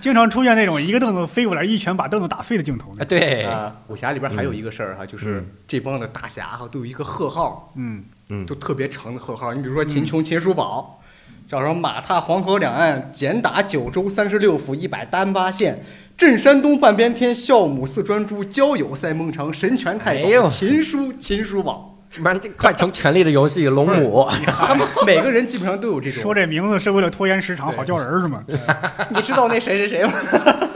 S2: 经常出现那种一个凳子飞过来一拳把凳子打碎的镜头
S1: 啊，
S2: 呢。
S1: 对，
S3: 啊！武侠里边还有一个事儿哈，就是
S1: 嗯
S3: 这帮的大侠哈都有一个贺号，
S2: 嗯，
S1: 嗯
S3: 都，特别长的贺号。你比如说秦琼、秦叔宝，叫什么马踏黄河两岸，简打九州三十六府一百单八县。镇山东半边天，孝母四川珠，交友赛孟尝，神拳太
S1: 哎呦
S3: 保，秦叔秦叔宝，
S1: 不然这快成《权力的游戏》龙母，
S3: 他们每个人基本上都有这种。
S2: 说这名字是为了拖延时长好叫人是吗？
S3: 你知道那谁谁谁吗？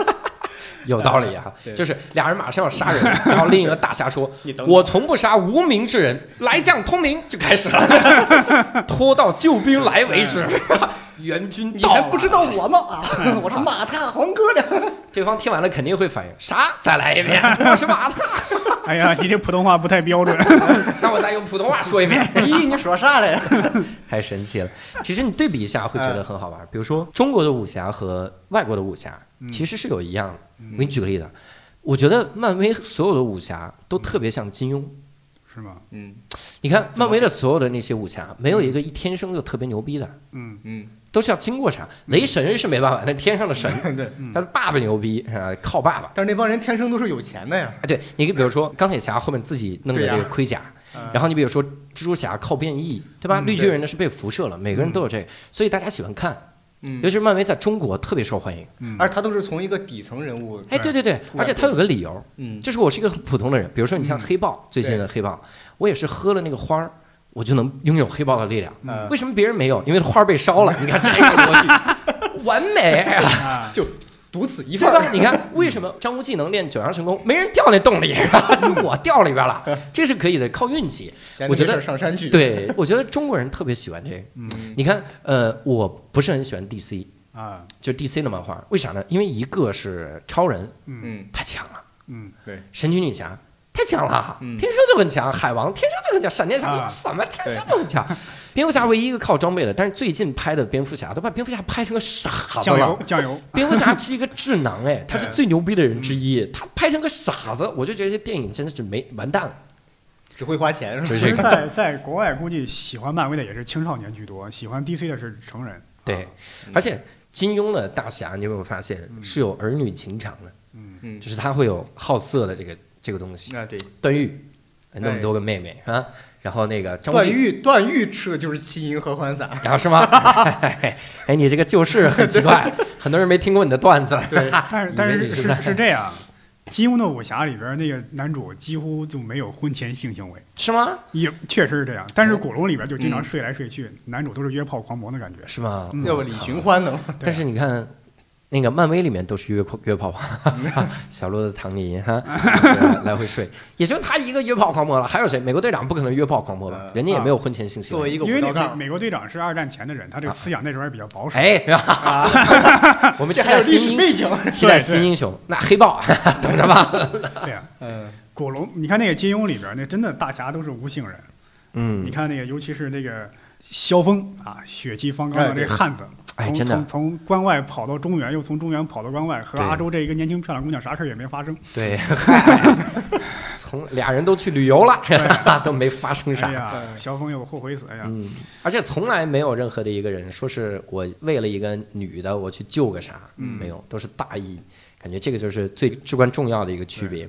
S1: 有道理啊
S3: 对。
S1: 就是俩人马上要 杀人，然后另一个大侠 说
S3: 你：“等等
S1: 我从不杀无名之人，来将通灵就开始了， 拖到救兵来为止。 援军
S3: 你
S1: 到
S3: 还
S1: 了，
S3: 不知道我吗？啊， 我是马踏黄河两岸。
S1: 对方听完了肯定会反应啥？再来一遍，我是马塔。
S2: 哎呀，你这普通话不太标准。
S1: 那我再用普通话说一遍。”
S3: 咦，你说啥来 呀？
S1: 太神奇了！其实你对比一下会觉得很好
S3: 嗯
S1: 玩。比如说中国的武侠和外国的武侠其实是有一样的。
S3: 嗯
S1: 我给你举个例子，啊我觉得漫威所有的武侠都特别像金庸。
S2: 是吗？
S3: 嗯
S1: 你看漫威的所有的那些武侠，没有一个一天生就特别牛逼的，
S2: 嗯，
S3: 嗯，
S1: 都是要经过啥。雷神是没办法，那天上的神，
S3: 对。
S2: 嗯
S1: 他的爸爸牛逼啊，靠爸爸。
S3: 但是那帮人天生都是有钱的呀。
S1: 哎，对你比如说钢铁侠后面自己弄的这
S3: 对
S1: 个
S3: 呀
S1: 盔甲，
S3: 嗯
S1: 然后你比如说蜘蛛侠靠变异，对吧？
S2: 嗯
S1: 绿巨
S3: 对
S1: 人呢是被辐射了，每个人都有这个，所以大家喜欢看。
S3: 嗯
S1: 尤其是漫威在中国特别受欢迎。
S2: 嗯
S3: 而他都是从一个底层人物，
S1: 哎，对对对，
S3: 然
S1: 而且他有个理由，
S3: 嗯，
S1: 嗯就是我是一个很普通的人，比如说你像黑豹最近的黑豹，我也是喝了那个花儿，我就能拥有黑豹的力量。
S3: 嗯
S1: 为什么别人没有？因为花儿被烧了。你看这个 逻辑，完美。
S2: 啊，
S3: 就独此一份
S1: 对
S3: 儿。
S1: 吧？你看，为什么张无忌能练九阳神功，没人掉那洞里，就我掉里边 了？这是可以的，靠运气。
S3: 闲
S1: 我觉得
S3: 着没事儿上山去。，
S1: 对，我觉得中国人特别喜欢这个。
S2: 嗯
S1: 你看，呃，我不是很喜欢 DC，
S2: 啊，
S1: 就 DC 的漫画，为啥呢？因为一个是超人
S2: 嗯
S3: 嗯，
S1: 太强了，
S2: 嗯
S1: 神奇女侠太强了，
S3: 嗯
S1: 天生就很强，海王天生就很强，闪电侠、
S2: 啊
S1: 什么天生就很强。蝙蝠侠唯一一个靠装备的，但是最近拍的蝙蝠侠都把蝙蝠侠拍成个傻子
S2: 酱
S3: 哎
S1: 了
S2: 油。酱油，
S1: 蝙蝠侠是一个智 囊，哎，他是
S2: 哎
S1: 最牛逼的人之一，
S3: 嗯
S1: 他拍成个傻子，我就觉得这电影真的是没完蛋了。
S3: 只会花钱是
S1: 就
S2: 其
S1: 是
S3: 吧？
S1: 这
S2: 实
S1: 个
S2: 在在国外估计喜欢漫威的也是青少年居多，喜欢 DC 的是成人。啊
S1: 对，
S3: 嗯
S1: 而且金庸的大侠，你有没有发现
S2: 嗯
S1: 是有儿女情长的？
S2: 嗯，
S3: 嗯
S1: 就，是他会有好色的这个这个东西。
S3: 啊那对，
S1: 段誉那么多个妹妹啊，然后那个张无忌
S3: 哎段，誉段誉吃的就是七银合欢散。
S1: 啊是 吗？哎，你这个就是很奇怪，很多人没听过你的段子。
S3: 对，
S2: 但是但
S1: 以为
S2: 是
S1: 你
S2: 是
S1: 是在
S2: 是是这样，金庸的武侠里边那个男主几乎就没有婚前性行为，
S1: 是吗？
S2: 也确实是这样。但是
S1: 嗯
S2: 古龙里边就经常
S3: 嗯
S2: 睡来睡去，男主都是约炮狂魔的感觉。
S1: 是吗？
S2: 嗯
S3: 要不李寻欢呢？
S1: 但是你看，那个漫威里面都是约炮约炮，
S3: 嗯
S1: 小鹿的唐尼哈就是来回睡，也就他一个约炮狂魔了。还有谁？美国队长不可能约炮狂魔吧
S3: 呃？
S1: 人家也没有婚前性行
S3: 作为
S1: 为。
S3: 一个
S2: 因为
S3: 五
S2: 那
S3: 道
S2: 个
S3: 杠，
S2: 美国队长是二战前的人，他这个思想那时候还比较保守。
S1: 啊哎， 我们期
S3: 啊这还
S1: 待
S3: 有历
S1: 新
S3: 史
S1: 英，
S3: 背景。
S1: 期待新英雄。那黑豹啊等着吧。
S2: 对呀，
S3: 嗯，
S2: 古龙，你看那个金庸里边，那真的大侠都是无性人。你
S1: 嗯，
S2: 看那个，尤其是那个萧峰啊，血气方刚的那汉子，
S1: 哎
S2: 从
S1: 真的
S2: 从从关外跑到中原，又从中原跑到关外，和
S1: 对
S2: 阿周这一个年轻漂亮姑娘啥事儿也没发生。
S1: 对， 从俩人都去旅游了， 都没发生
S2: 哎
S1: 啥。
S2: 呀，
S3: 对
S2: 萧峰又后悔死，哎呀，
S1: 嗯，而且从来没有任何的一个人说是我为了一个女的我去救个啥，
S2: 嗯
S1: 没有，都是大义，感觉这个就是最至关重要的一个区
S2: 嗯
S1: 别。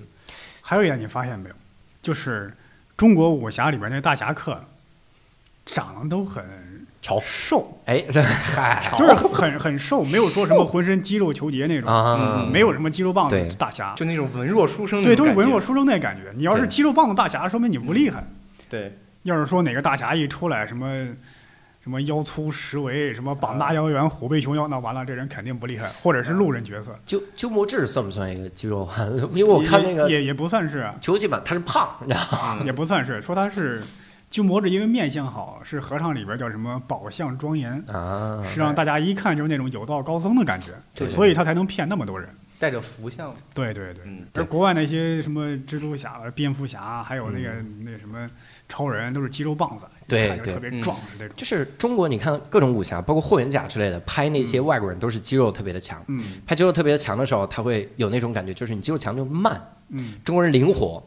S2: 还有一点你发现没有，就是中国武侠里边那大侠客，长得都很
S1: 潮
S2: 瘦，
S1: 哎，对 嗨，
S2: 就是很很很瘦，没有说什么浑身肌肉虬结那种，
S1: 啊，
S2: 没有什么肌肉棒
S1: 对
S2: 子大侠，
S3: 就那种文弱书生。
S2: 对，都是文弱。书生那感觉。你要是
S1: 对嗯
S2: 肌肉棒子大侠，说明你不厉害。
S3: 对，
S2: 要是说哪个大侠一出来，什么什么腰粗十围，什么膀大腰圆，虎背熊腰，那完了，这人肯定不厉害，或
S1: 嗯
S2: 者是路人角色。
S1: 鸠鸠摩智算不算一个肌肉汉？因为我看那个
S2: 也也也不算是啊，
S1: 球技版，他是胖， 你知道吗
S3: 嗯
S2: 也不算是说他是鸠摩智，因为面相好，是和尚里边叫什么宝相庄严，
S1: 啊，
S2: 是让大家一看就是那种有道高僧的感觉，
S1: 对
S2: 所以他才能骗那么多人。
S3: 带着福相。
S2: 对对对。
S3: 嗯，
S1: 对
S2: 而国外那些什么蜘蛛侠、蝙蝠侠，还有那个、那什么超人，都是肌肉棒子，一
S1: 嗯对
S2: 看就
S1: 对
S2: 特别
S3: 嗯
S2: 壮实那种。
S1: 就是中国，你看各种武侠，包括霍元甲之类的，拍那些外国人都是肌肉特别的强。
S2: 嗯
S1: 拍肌肉特别的强的时候，他会有那种感觉，就是你肌肉强就慢，
S2: 嗯，
S1: 中国人灵活，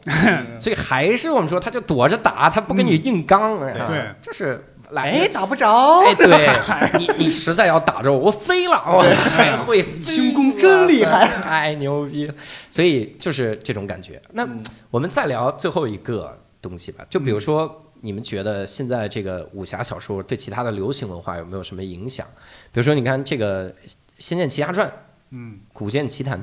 S1: 所以还是我们说，他就躲着打，他不跟你硬刚，啊
S2: 对
S1: 就是来。
S3: 哎，打不着。
S1: 哎， 对你，你实在要打着我，我飞了，我还会
S3: 轻功真厉害，
S1: 太牛逼了。所以就是这种感觉。那
S3: 嗯
S1: 我们再聊最后一个东西吧，就比如说，你们觉得现在这个武侠小说对其他的流行文化有没有什么影响？比如说，你看这个《仙剑奇侠传》，《
S2: 嗯
S1: 古剑奇谭》，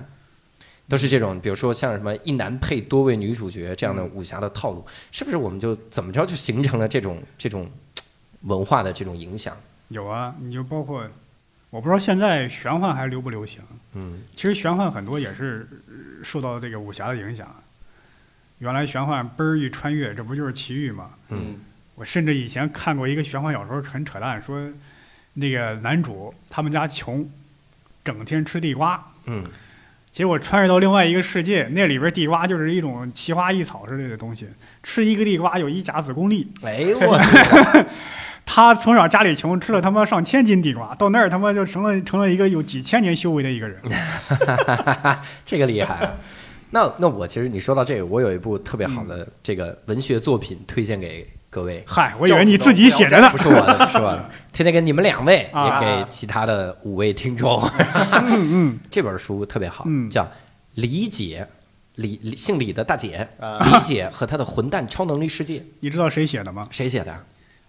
S1: 都是这种，比如说像什么一男配多位女主角这样的武侠的套路，是不是我们就怎么着就形成了这种这种文化的这种影响？
S2: 有啊，你就包括，我不知道现在玄幻还流不流行。
S1: 嗯
S2: 其实玄幻很多也是呃受到这个武侠的影响。原来玄幻嘣儿一穿越，这不就是奇遇吗？
S1: 嗯
S3: 嗯，
S2: 我甚至以前看过一个玄幻小说，很扯淡，说那个男主他们家穷，整天吃地瓜，
S1: 嗯，
S2: 结果穿越到另外一个世界，那里边地瓜就是一种奇花异草之类的东西，吃一个地瓜有一甲子功力。
S1: 哎呦我，
S2: 他从小家里穷，吃了他妈上千斤地瓜，到那儿他妈就成了成了一个有几千年修为的一个人。
S1: 这个厉害、啊。 那那我其实你说到这个，我有一部特别好
S2: 嗯
S1: 的这个文学作品推荐给各位，
S2: 嗨，我以为你自己写着呢
S1: 不。是我 的，不是我的，推荐给你们两位，也
S2: 啊
S1: 给其他的五位听众。
S2: 嗯嗯，
S1: 这本书特别好，
S2: 嗯
S1: 叫《李姐》，李李姓李的大姐，
S3: 啊
S1: 李姐和她的混蛋超能力世界，
S2: 你知道谁写的吗？
S1: 谁写的？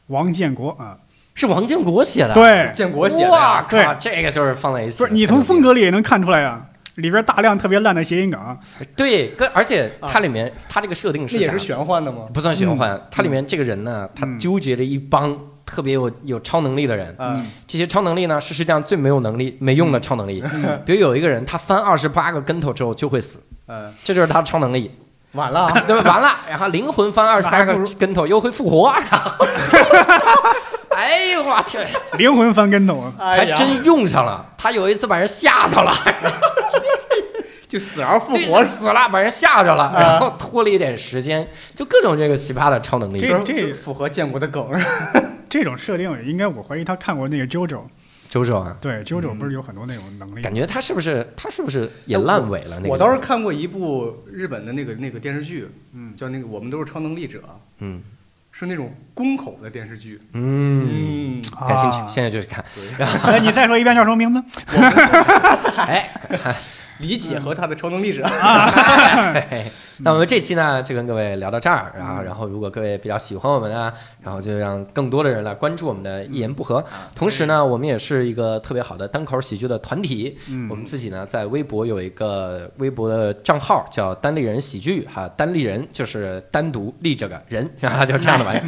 S2: 王建国啊，
S1: 是王建国写的。，
S2: 对，
S3: 建国写的呀。
S1: 哇靠，这个就是放在一起。
S2: 不是你从风格里也能看出来呀、啊里边大量特别烂的谐音梗，
S1: 对，跟而且它里面它这个设定
S3: 啊那
S1: 是
S3: 也
S1: 啥
S3: 是？玄幻的吗？
S1: 不算玄幻，它里面这个人呢，他
S2: 嗯
S1: 纠结着一帮特别有有超能力的人，
S3: 嗯，
S1: 这些超能力呢是世界上最没有能力、没用的超能力。比如有一个人，他翻二十八个跟头之后就会死，
S3: 呃，
S1: 这就是他的超能力。
S3: 晚了啊，
S1: 对吧？完了，然后灵魂翻二十八个
S2: 那还不
S1: 跟头又会复活。然后 哎呦我去，
S2: 灵魂翻跟头啊！
S1: 还
S3: 哎呀，
S1: 真用上了。他有一次把人吓 着了，
S3: 就死而复
S1: 对，啊
S3: 活，
S1: 死了，把人吓着了，然后拖了一点时间，就各种这个奇葩的超能力。
S2: 这
S3: 这符合建国的梗，
S2: 这种设定应该我怀疑他看过那个 JoJo，
S1: 周周啊，
S2: 对 JoJo 不是有很多那种能力吗
S1: 感，觉他是不是他是不是也烂尾了？那个
S3: 我倒是看过一部日本的那个那个电视剧，
S2: 嗯，
S3: 叫那个《我们都是超能力者》，
S1: 嗯
S3: 是那种宫口的电视剧。
S1: 嗯。感兴趣，现在就去看。
S3: 对，
S2: 哎，啊你再说一遍叫什么名字？
S1: 哎，
S3: 李姐和她的超能力者，
S1: 嘿嘿那我们这期呢，就跟各位聊到这儿。然后，然后如果各位比较喜欢我们啊，然后就让更多的人来关注我们的一言不合。同时呢，我们也是一个特别好的单口喜剧的团体。
S2: 嗯
S1: 我们自己呢在微博有一个微博的账号叫“单立人喜剧”哈，单立人就是单独立这个人， 啊，就这样的玩意儿。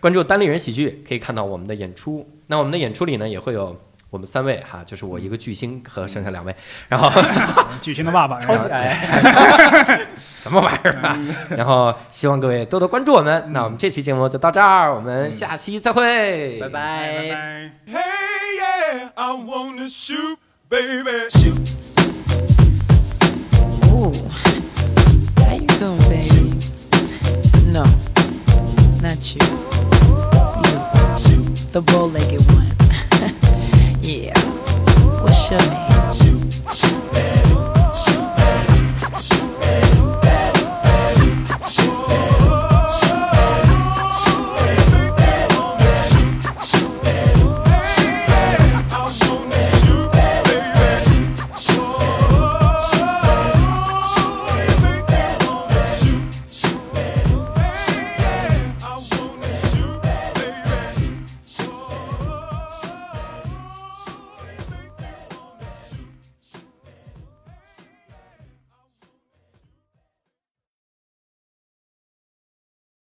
S1: 关注单立人喜剧，可以看到我们的演出。那我们的演出里呢，也会有我们三位哈，就是我一个巨星和剩下两位，然后。
S2: 巨星的爸爸，
S3: 超
S2: 然后
S3: 级哎，
S1: 什么玩意儿啊！然后希望各位多多关注我们。那我们这期节目就到这儿，我们下期再会，
S3: 拜
S2: 拜
S3: 拜。
S2: 拜。
S4: Hey, yeah, I wanna shoot, baby, shoot,
S5: Ooh, how you doing, baby? No, not you. You, the bow-legged one.